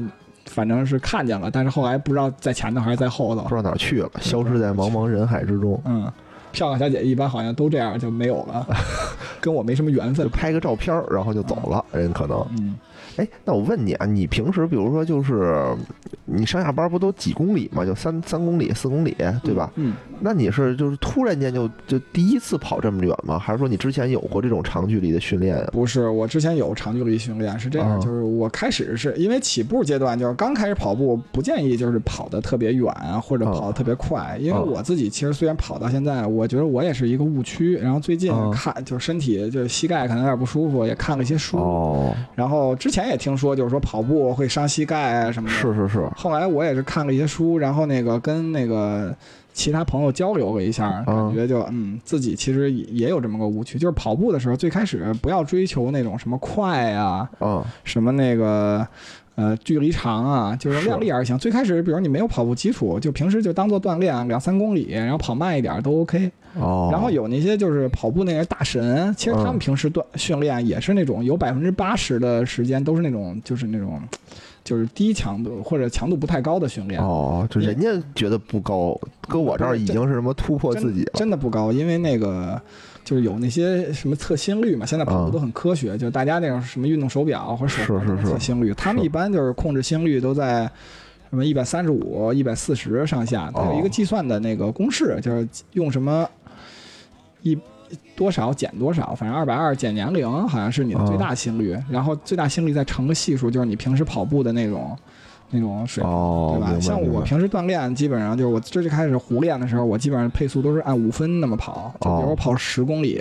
反正是看见了，但是后来不知道在前头还是在后头不知。道哪儿去了，消失在茫茫人海之中。嗯，漂亮小姐姐一般好像都这 样，就没有了，跟我没什么缘就分。拍个照片儿，然后就走了，人可能。嗯，哎，那我问你啊，你平时比如说就是你上下班不都几公里嘛，就三三公里、四公里，对吧？嗯，那你是就是突然间就就第一次跑这么远吗？还是说你之前有过这种长距离的训练啊？不是，我之前有长距离训练，是这样，嗯就是我开始是因为起步阶段，就是刚开始跑步，不建议就是跑得特别远啊，或者嗯跑得特别快，因为嗯我自己其实虽然跑到现在，我觉得我也是一个误区。然后最近嗯看就是身体就是膝盖可能有点不舒服，也看了一些书，哦，然后之前也听说就是说跑步会伤膝盖啊什么的，是是是，后来我也是看了一些书，然后那个跟那个其他朋友交流了一下，嗯感觉就嗯，自己其实也有这么个误区，就是跑步的时候最开始不要追求那种什么快啊，嗯，什么那个呃距离长啊，就是是量力而行。最开始比如你没有跑步基础，就平时就当做锻炼，啊两三公里，然后跑慢一点都 OK。哦，然后有那些就是跑步那些大神，其实他们平时锻训练也是那种有百分之八十的时间都是那种就是那种就是低强度或者强度不太高的训练。哦，就人家觉得不高，搁我这儿已经是什么突破真自己了。真的不高，因为那个就是有那些什么测心率嘛，现在跑步嗯都很科学，就是大家那种什么运动手表或者手是是环都能是测心率，他们是一般就是控制心率都在什么一百三十五、一百四十上下，它有一哦个计算的那个公式，就是用什么一。多少减多少，反正二百二减年龄好像是你的最嗯大心率，然后最大心率再乘个系数，就是你平时跑步的那种那种水平。哦，对吧？明白像明我白平时锻炼，基本上就是我最最开始胡练的时候，我基本上配速都是按五分那么跑，就比如哦我跑十公里，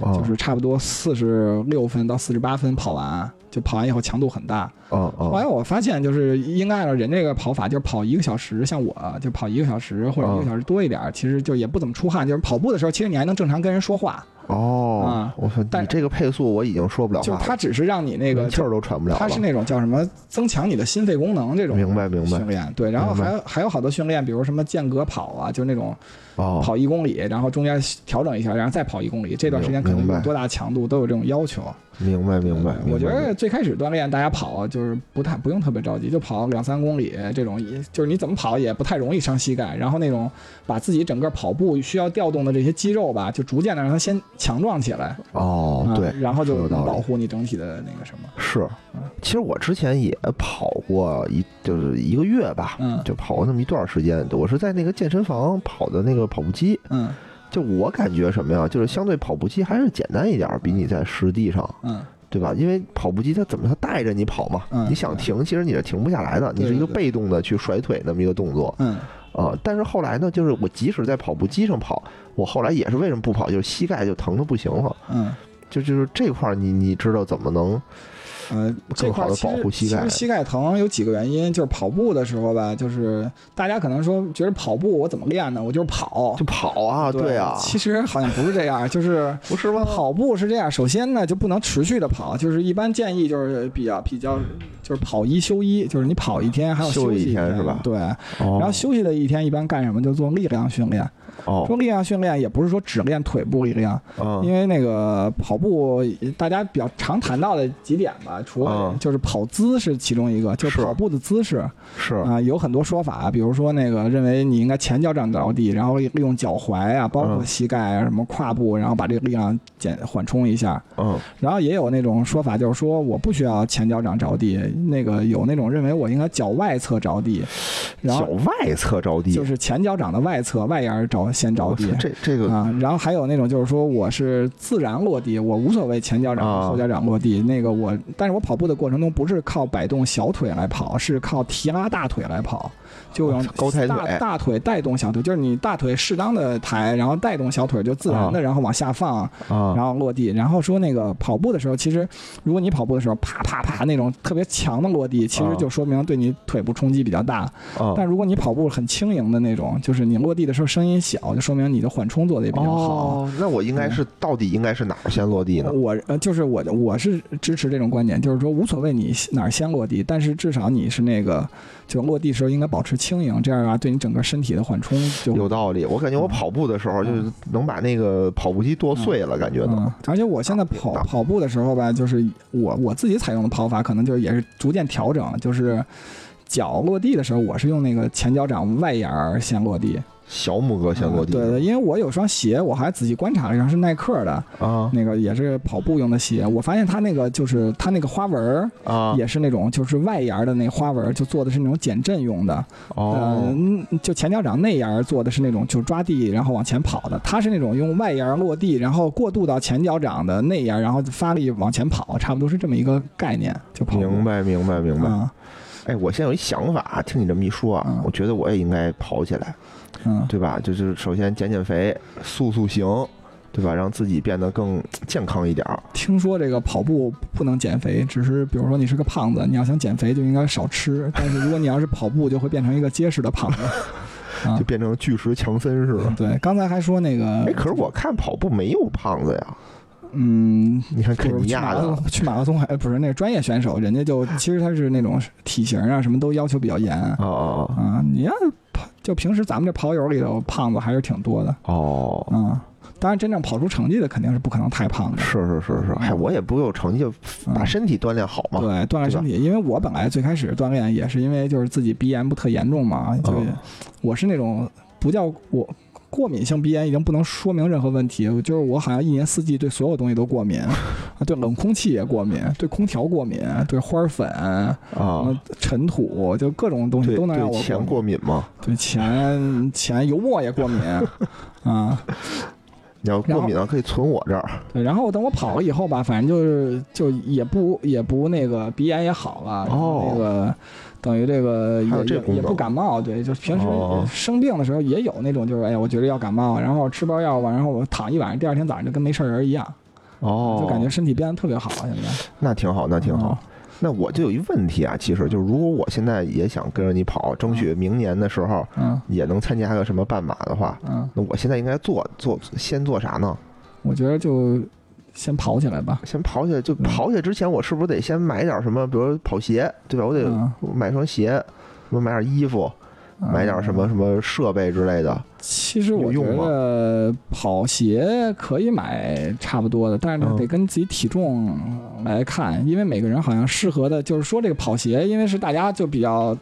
哦就是差不多四十六分到四十八分跑完，就跑完以后强度很大。哦后来哦我发现，就是应该按照人这个跑法，就是跑一个小时，像我就跑一个小时或者一个嗯小时多一点，其实就也不怎么出汗。就是跑步的时候，其实你还能正常跟人说话，哦啊，我说但你这个配速我已经说不了就是话它了，只是让你那个连哦气儿都喘不了它是了。那种叫什么增强你的心肺功能这种。明白明白训练对，然后明白还有还有好多训练，比如什么间隔跑啊，就是那种哦，跑一公里，然后中间调整一下，然后再跑一公里，这段时间可能明白有多大强度都有这种要求。明白明白。对明我觉白得最开始锻炼大家跑啊就是不太不用特别着急，就跑两三公里这种，也就是你怎么跑也不太容易伤膝盖。然后那种把自己整个跑步需要调动的这些肌肉吧，就逐渐的让它先强壮起来。哦，啊对，然后就有道能理保护你整体的那个什么。是嗯，其实我之前也跑过一，就是一个月吧，嗯就跑过那么一段时间。我是在那个健身房跑的那个跑步机，嗯就我感觉什么呀，就是相对跑步机还是简单一点儿，比你在实地上，嗯，对吧？因为跑步机它怎么它带着你跑嘛，嗯你想停，其实你是停不下来的，对你是一个对对被动的去甩腿那么一个动作嗯，啊、但是后来呢，就是我即使在跑步机上跑，我后来也是为什么不跑，就是膝盖就疼的不行了，嗯，就就是这块儿你你知道怎么能呃，这更块好地儿其保实护膝盖其实膝盖疼有几个原因，就是跑步的时候吧，就是大家可能说觉得跑步我怎么练呢？我就是跑就。跑啊，对啊，其实好像不是这样，就是不是吗？跑步是这样，首先呢就不能持续的跑，就是一般建议就是比较比较就是跑一休一，就是你跑一天还有休息一一天是吧对，哦然后休息的一天一般干什么？就做力量训练。做哦，力量训练也不是说只练腿部力量，因嗯，为那个跑步，大家比较常谈到的几点吧，除了嗯就是跑姿是其中一个，就是是跑步的姿势啊、是有很多说法，比如说那个认为你应该前脚掌着地，然后利用脚踝啊，包括嗯膝盖啊，什么胯部，然后把这个力量减缓冲一下。嗯，然后也有那种说法，就是说我不需要前脚掌着地，那个有那种认为我应该脚外侧着地，然脚后外侧着地，就是前脚掌的外侧外沿儿着先着我地 操。这这个啊，然后还有那种就是说我是自然落地，我无所谓前脚掌和啊后脚掌落地。那个我，但是我跑步的过程中不是靠摆动小腿来跑，是靠提拉大腿来跑，就用我操啊高抬腿大大腿带动小腿，就是你大腿适当的抬，然后带动小腿就自然的，啊然后往下放，啊然后落地。然后说那个跑步的时候，其实如果你跑步的时候啪啪啪那种特别强的落地，其实啊就说明对你腿部冲击比较大。啊但如果你跑步很轻盈的那种，就是你落地的时候声音小，就说明你的缓冲做的也比较好。啊嗯哦，那我应该是到底应该是哪儿先落地呢？我呃，就是我，我是支持这种观点，就是说无所谓你哪儿先落地，但是至少你是那个，就落地时候应该保持轻盈，这样啊，对你整个身体的缓冲就有道理，我感觉我跑步的时候就是能把那个跑步机剁碎了，感觉嗯嗯到。，而且我现在啊跑跑步的时候吧，就是我我自己采用的跑法，可能就是也是逐渐调整，就是脚落地的时候，我是用那个前脚掌外沿儿先落地，小拇哥先落地，嗯对对，因为我有双鞋，我还仔细观察了一下，是耐克的，啊那个也是跑步用的鞋。我发现它那个就是它那个花纹儿啊，也是那种就是外沿儿的那花纹儿，就做的是那种减震用的。哦嗯，就前脚掌内沿儿做的是那种就抓地然后往前跑的，它是那种用外沿儿落地，然后过渡到前脚掌的内沿儿，然后发力往前跑，差不多是这么一个概念。就跑步明白明白明白。啊，哎，我现在有一想法，听你这么一说啊嗯，我觉得我也应该跑起来，嗯，对吧？就是首先减减肥，塑塑形，对吧？让自己变得更健康一点儿。听说这个跑步不能减肥，只是比如说你是个胖子，你要想减肥就应该少吃，但是如果你要是跑步，就会变成一个结实的胖子。 啊嗯就变成巨石强森似的。对，刚才还说那个哎，，可是我看跑步没有胖子呀，嗯，你看就是肯尼去马亚拉的松去马拉松还呃不是那个专业选手，人家就其实他是那种体型啊什么都要求比较严啊、哦哦你要是跑就平时咱们这跑友里头胖子还是挺多的啊、哦，当然，真正跑出成绩的肯定是不可能太胖的。是是是是，哎，我也不有成绩，就把嗯身体锻炼好嘛。对，锻炼身体，因为我本来最开始锻炼也是因为就是自己鼻炎不特严重嘛，就是哦我是那种不叫我过敏性鼻炎已经不能说明任何问题，就是我好像一年四季对所有东西 都过敏，啊，对冷空气也过敏，对空调过敏，对花儿粉、啊，嗯尘土，就各种东西对都能让对，我钱过敏，敏嘛，对钱钱油墨也过 敏啊。你要过敏了可以存我这儿。对，然后等我跑了以后吧，反正就是就也不也不那个鼻炎也好了，然后那个等于这个哦还有也这功也也不能感冒，对，就平时哦生病的时候也有那种就是哎呀，我觉得要感冒，然后吃包药吧，然后我躺一晚上，第二天早上就跟没事儿人一样，哦就感觉哦身体变得特别好，现在那挺好，那挺好。那我就有一问题啊，其实就是如果我现在也想跟着你跑，争取明年的时候嗯也能参加个什么半马的话，嗯，那我现在应该做做先做啥呢？我觉得就先跑起来吧，先跑起来，就跑起来之前，我是不是得先买点什么？比如说跑鞋，对吧？我得嗯买双鞋，什么买点衣服，嗯买点什么什么设备之类的。其实我有觉用吗得跑鞋可以买差不多的，但是嗯得跟自己体重来看，因为每个人好像适合的，就是说这个跑鞋，因为是大家就比较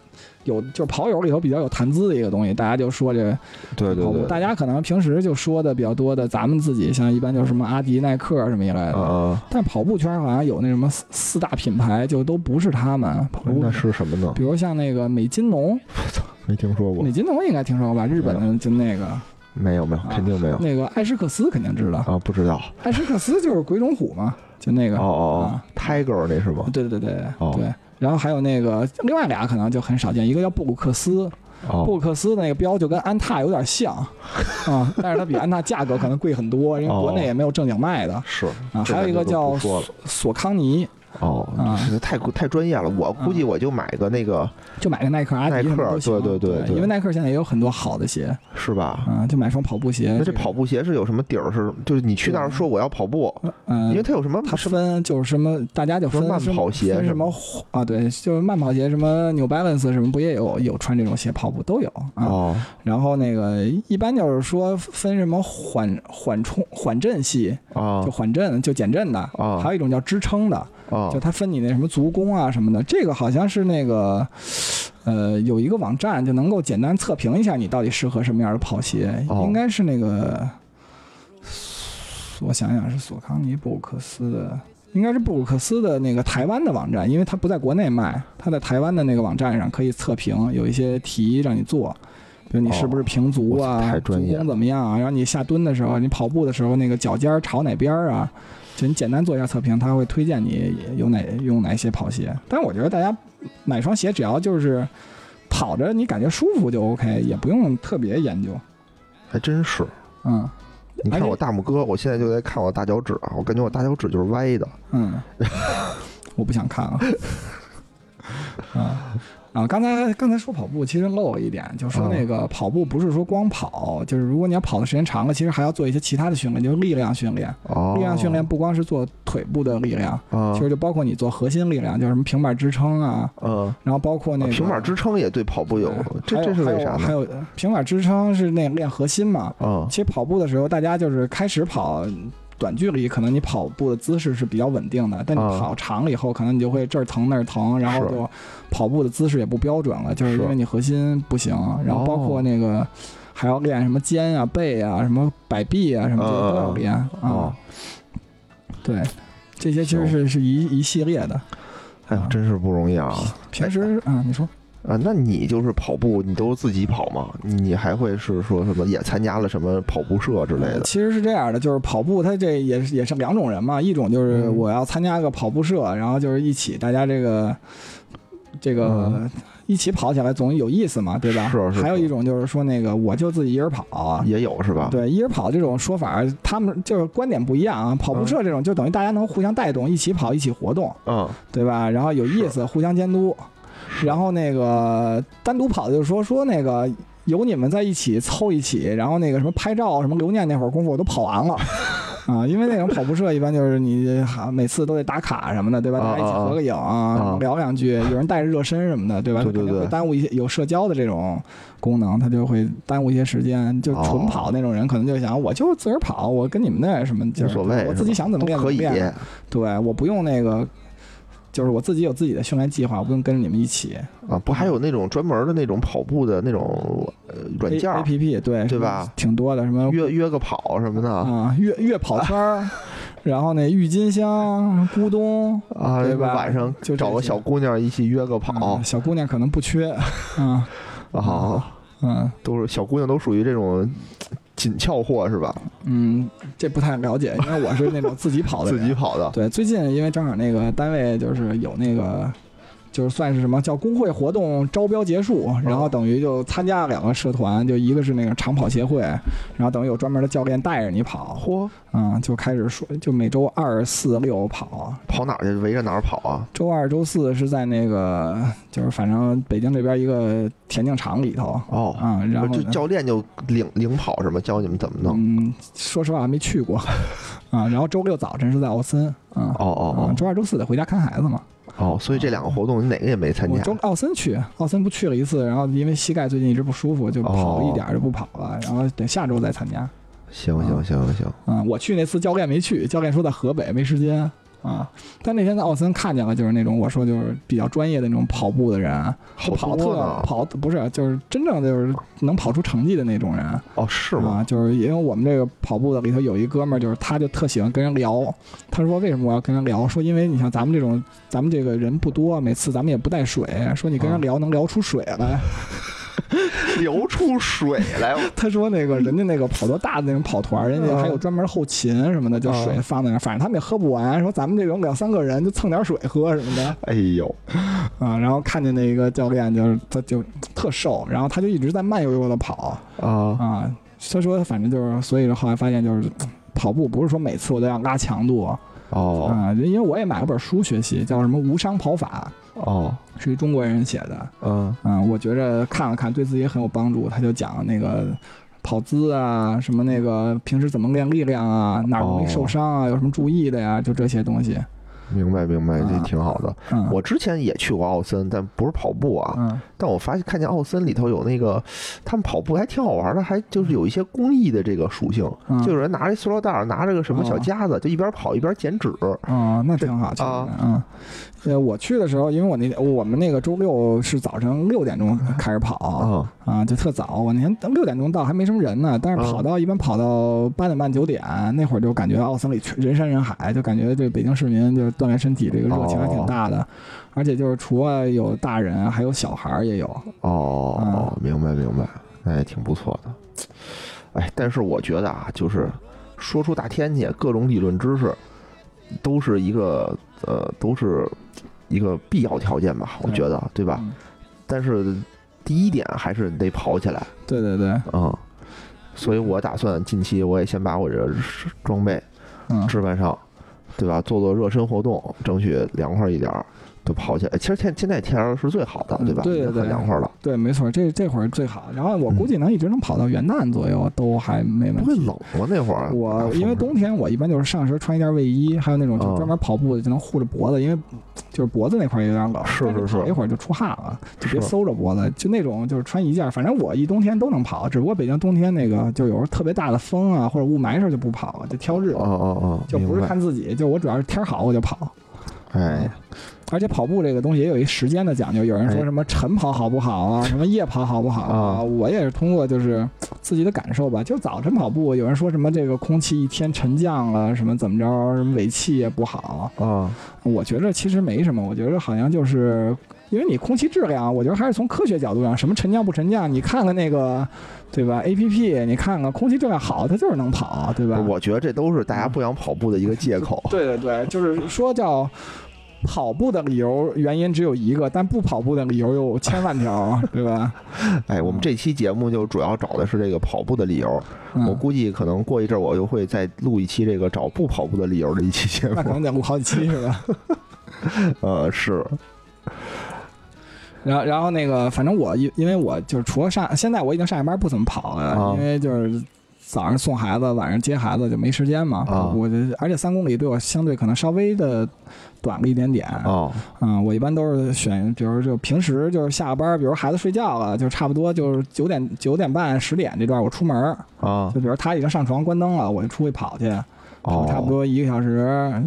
有，就是跑友里头比较有谈资的一个东西，大家就说这个对对跑步，对，大家可能平时就说的比较多的，咱们自己像一般就是什么阿迪、耐克什么一类的，嗯但跑步圈好像有那什么四四大品牌，就都不是他们跑嗯，步那，是什么呢？比如像那个美津浓，没听说过美，津浓应该听说过吧？日本的就那个。没有没有，啊肯定没有那个艾施克斯肯定知道，啊，不知道。艾施克斯就是鬼冢虎嘛，就那哦个，哦哦啊，Tiger 那是吗？对对对对、哦对。然后还有那个另外俩可能就很少见，一个叫布鲁克斯，布哦鲁克斯的那个标就跟安踏有点 像啊，但是它比安踏价格可能贵很多，哦因为国内也没有正经卖的是啊。这还有一个咱就叫不说索了索康尼，哦啊，这太太专业了，我估计我就买个那个就买个耐克、阿迪什么都行啊耐克对对对对因为耐克现在也有很多好的鞋是吧？啊，就买双跑步鞋。那这跑步鞋是有什么底儿？是就是你去那儿说我要跑步，嗯，因为它有什么它什么分就是什么，大家就分说慢什么跑鞋分是什么吗啊？对，就是慢跑鞋，什么 New Balance 什么，不也有有穿这种鞋跑步都有啊。哦然后那个一般就是说分什么缓缓冲、缓震系，啊就缓震就减震的，啊还有一种叫支撑的，啊就它分你那什么足弓啊什么的。这个好像是那个。呃，有一个网站就能够简单测评一下你到底适合什么样的跑鞋，哦应该是那个，我想想是索康尼布鲁克斯的，应该是布鲁克斯的那个台湾的网站，因为它不在国内卖，它在台湾的那个网站上可以测评，有一些题让你做，比如你是不是平足哦我啊，操太足专业了弓怎么样啊，然后你下蹲的时候，你跑步的时候那个脚尖儿朝哪边儿啊，就你简单做一下测评，它会推荐你有哪用哪些跑鞋。但是我觉得大家买双鞋只要就是跑着你感觉舒服就 OK，也不用特别研究，还真是。嗯你看而且我大拇哥，我现在就在看我大脚趾啊，我感觉我大脚趾就是歪的。嗯， 我不想看了。 啊啊！刚才刚才说跑步，其实漏了一点，就嗯说那个跑步不是说光跑，就是如果你要跑的时间长了，其实还要做一些其他的训练，就是力量训练。哦，力量训练不光是做腿部的力量，啊其，实就包括你做核心力量，就是什么平板支撑啊，嗯，然后包括那啊个平板支撑也对跑步有对，这还有这是为啥呢？还有还有平板支撑是那练核心嘛？啊其实跑步的时候，大家就是开始跑，短距离可能你跑步的姿势是比较稳定的，但你啊跑长了以后，可能你就会这儿疼那儿疼，然后是就跑步的姿势也不标准了，就是是哦因为你核心不行，然后包括那个还要练什么肩啊、背啊、什么摆臂啊什么这些都要练哦啊。对，这些其实是是一一系列的。哎呦，真是不容易啊！平时啊，你说啊，那你就是跑步，你都自己跑吗？你还会是说什么也参加了什么跑步社之类呃的？其实是这样的，就是跑步，它这也是也是两种人嘛，一种就是嗯我要参加个跑步社，然后就是一起大家这个这个。嗯一起跑起来总有意思嘛，对吧？是是还有是啊一种就是说那个我就自己一人跑，啊也有是吧？，呃对，一人跑这种说法，他们就是观点不一样啊。跑步社这种就等于大家能互相带动，一起跑，一起活动，嗯，对吧？然后有意思，互相监督。然后那个单独跑的就是说说那个有你们在一起凑一起，然后那个什么拍照什么留念那会儿功夫我都 跑完了。啊，因为那种跑步社一般就是你好每次都得打卡什么的，对吧？啊大家一起合个影啊，啊然后聊两句，有人带着热身什么的，对吧？对对肯定会对耽误一些有社交的这种功能，它就会耽误一些时间。就纯啊跑那种人，可能就想我就自个儿跑，我跟你们那什么就无是所谓，我自己是吧想怎么练都怎可么以。练。对，我不用那个，就是我自己有自己的训练计划，我不用跟着你们一起。啊，不还有那种专门的那种跑步的那种呃软件 A 儿， P P 对对吧？挺多的，什么约约个跑什么的啊啊月月跑圈 儿，然后那郁金香、咕咚。对吧啊晚上就这找个些小姑娘一起约个跑嗯小姑娘可能不缺，啊，啊，嗯都是小姑娘都属于这种紧俏货是吧？嗯，这不太了解，因为我是那种自己跑 的自人。己跑的对，最近因为正好那个单位就是有那个，就是算是什么叫工会活动招标结束，哦然后等于就参加了两个社团，就一个是那个长跑协会，然后等于有专门的教练带着你跑，嚯，嗯，就开始说就每周二四六跑，跑哪儿去？围着哪儿跑啊？周二周四是在那个就是反正北京这边一个田径场里头，哦，啊、然后就呢教练就领领跑是吗？教你们怎么弄？嗯，说实话还没 去过，啊，然后周六早晨是在奥森，啊，哦啊哦周二周四得回家看孩子嘛。哦哦，所以这两个活动你哪个也没参啊我加周奥森去，奥森不去了一次，然后因为膝盖最近一直不舒服，就跑了一哦点儿就不跑了，然后等下周再参加。行行行行，嗯，我去那次教练没去，教练说在河北没时间啊。但那天在奥森看见了，就是那种我说就是比较专业的那种跑步的人，啊就好跑多特呢。跑不是就是真正就是能跑出成绩的那种人。哦，是吗？啊？就是因为我们这个跑步的里头有一哥们儿，就是他就特喜欢跟人聊。他说为什么我要跟人聊？说因为你像咱们这种，咱们这个人不多，每次咱们也不带水，说你跟人聊能聊出水来。 流出水来，他说那个人家那个跑多大的那种跑团儿，人家还有专门后勤什么的，就水啊放在那儿，反正他们也喝不完。说咱们这种两三个人就蹭点水喝什么的。哎呦，啊，然后看见那个教练就是他就特瘦，然后他就一直在慢悠悠的跑啊啊。他说反正就是，所以后来发现就是。跑步不是说每次我都要拉强度啊、哦因为我也买了本书学习，叫什么《无伤跑法哦》，是一中国人写的。嗯嗯，我觉着看了看，对自己也很有帮助。他就讲那个跑姿啊，什么那个平时怎么练力量啊，哪儿容易受伤哦啊，有什么注意的呀，就这些东西。明白明白，这啊挺好的。嗯，我之前也去过奥森，但不是跑步啊，嗯但我发现看见奥森里头有那个，他们跑步还挺好玩的，还就是有一些公益的这个属性，嗯就有人拿着塑料袋儿，拿着个什么小哦夹子，就一边跑一边剪纸。哦，那这挺好，其实啊嗯，呃，我去的时候，因为我那我们那个周六是早晨六点钟开始跑啊啊，就特早。我那天六点钟到，还没什么人呢，但是跑嗯到一般跑到八点半九点那会儿，就感觉奥森里全人山人海，就感觉这北京市民就是锻炼身体这个热情还哦挺大的，而且就是除了有大人，还有小孩儿也有。哦，嗯明白明白，那也挺不错的。哎，但是我觉得啊，就是说出大天去，各种理论知识都是一个呃，都是一个必要条件吧，我对觉得，对吧？嗯但是第一点还是得跑起来，对对对，嗯。所以我打算近期我也先把我这装备嗯，置办上，对吧？做做热身活动，争取凉快一点儿。都跑起来。其实现现在天儿是最好的，嗯对吧？对对已经很凉快了，对，没错，这这会儿最好。然后嗯我估计能一直能跑到元旦左右，都还没问不会题。冷吗？那会儿大我风因为冬天，我一般就是上身穿一件卫衣，还有那种就哦专门跑步的，就能护着脖子，因为就是脖子那块儿有点冷，是但是是跑一会儿就出汗了，就别是搜着脖子，就那种就是穿一件，反正我一冬天都能跑，只不过北京冬天那个就有时候特别大的风啊或者雾霾时候就不跑了，就挑日子哦，哦哦，就不明是白看自己，就我主要是天儿好我就跑。哎，而且跑步这个东西也有一时间的讲究，有人说哎什么晨跑好不好 啊，什么夜跑好不好啊我也是通过就是自己的感受吧，就早晨跑步，有人说什么这个空气一天沉降了，什么怎么着，什么尾气也不好，啊，我觉着其实没什么，我觉着好像就是因为你空气质量，我觉得还是从科学角度上，什么沉降不沉降，你看看那个对吧？A P P，你看看空气质量好，它就是能跑，啊对吧？我觉得这都是大家不想跑步的一个借口。 对对对，就是说叫跑步的理由原因只有一个，但不跑步的理由有千万条，对吧？哎，我们这期节目就主要找的是这个跑步的理由。嗯、我估计可能过一阵儿我又会再录一期这个找不跑步的理由的一期节那可目。能得录好几期 是吧？呃，是，然后，然后那个，反正我因因为我就是除了上，现在我已经上下班不怎么跑了，啊因为就是早上送孩子，晚上接孩子就没时间嘛。啊我就而且三公里对我相对可能稍微的短了一点点。哦，嗯，我一般都是选，比如就平时就是下了班，比如孩子睡觉了，就差不多就是九点九点半十点这段我出门儿，啊，就比如他已经上床关灯了，我就出去跑去，跑哦，差不多一个小时，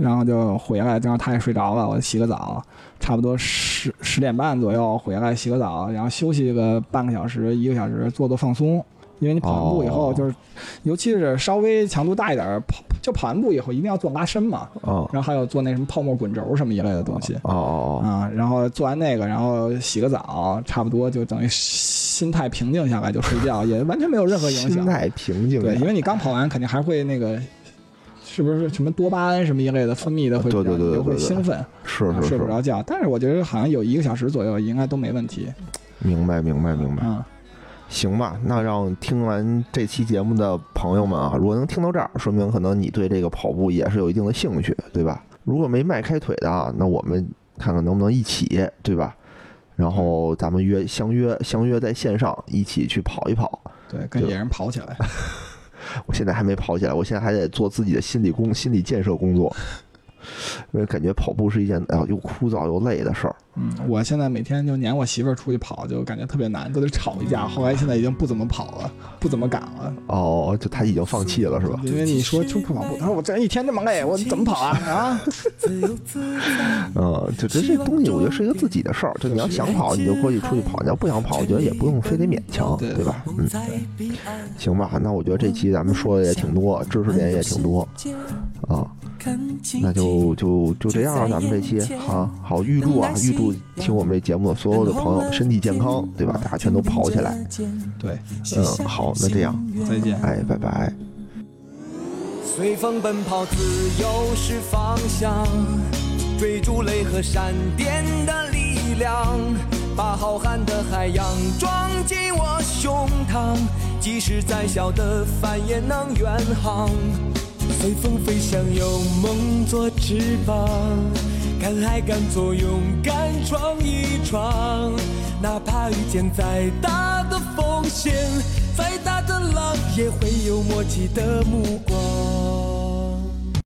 然后就回来，然后他也睡着了，我洗个澡，差不多十十点半左右回来洗个澡，然后休息个半个小时一个小时，做做放松。因为你跑完步以后，哦就是、尤其是稍微强度大一点儿，跑就跑完步以后一定要做拉伸嘛，哦，然后还有做那什么泡沫滚轴什么一类的东西。哦哦啊、然后做完那个，然后洗个澡，差不多就等于心态平静下来就睡觉，也完全没有任何哦，影心响。态平静对，点因为你刚跑完，肯定还会那个，是不是什么多巴胺什么一类的分泌的会比较，对对对对你就会对对兴奋，啊是是睡不是，着觉。但是我觉得好像有一个小时左右应该都没问题。明白明白明白。嗯，行吧，那让听完这期节目的朋友们啊，如果能听到这儿，说明可能你对这个跑步也是有一定的兴趣，对吧？如果没迈开腿的啊，那我们看看能不能一起，对吧？然后咱们约相约相约在线上一起去跑一跑。对，跟对野人跑起来。我现在还没跑起来，我现在还得做自己的心理工心理建设工作，因为感觉跑步是一件哎呦又枯燥又累的事儿。嗯，我现在每天就撵我媳妇儿出去跑，就感觉特别难，都得吵一嗯架。后来现在已经不怎么跑了，不怎么敢了。哦，就他已经放弃了是吧？因为你说就不跑步，他说我这一天这么累，我怎么跑啊？啊，嗯，就这这东西，我觉得是一个自己的事儿。就你要想跑，你就过去出去跑；你要不想跑，我觉得也不用非得勉强，对对吧？嗯，行吧。那我觉得这期咱们说的也挺多，知识点也挺多啊。那就就就这样了，咱们这期啊，好预祝啊，预祝听我们这节目的所有的朋友身体健康，对吧？大家全都跑起来。对，嗯，好，那这样，再见。哎，拜拜。随风奔跑，自由是方向，追逐雷和闪电的力量，把浩瀚的海洋装进我胸膛，即使再小的帆也能远航。随风飞翔，有梦做翅膀，敢爱敢做，勇敢闯一闯。哪怕遇见再大的风险，再大的浪，也会有默契的目光。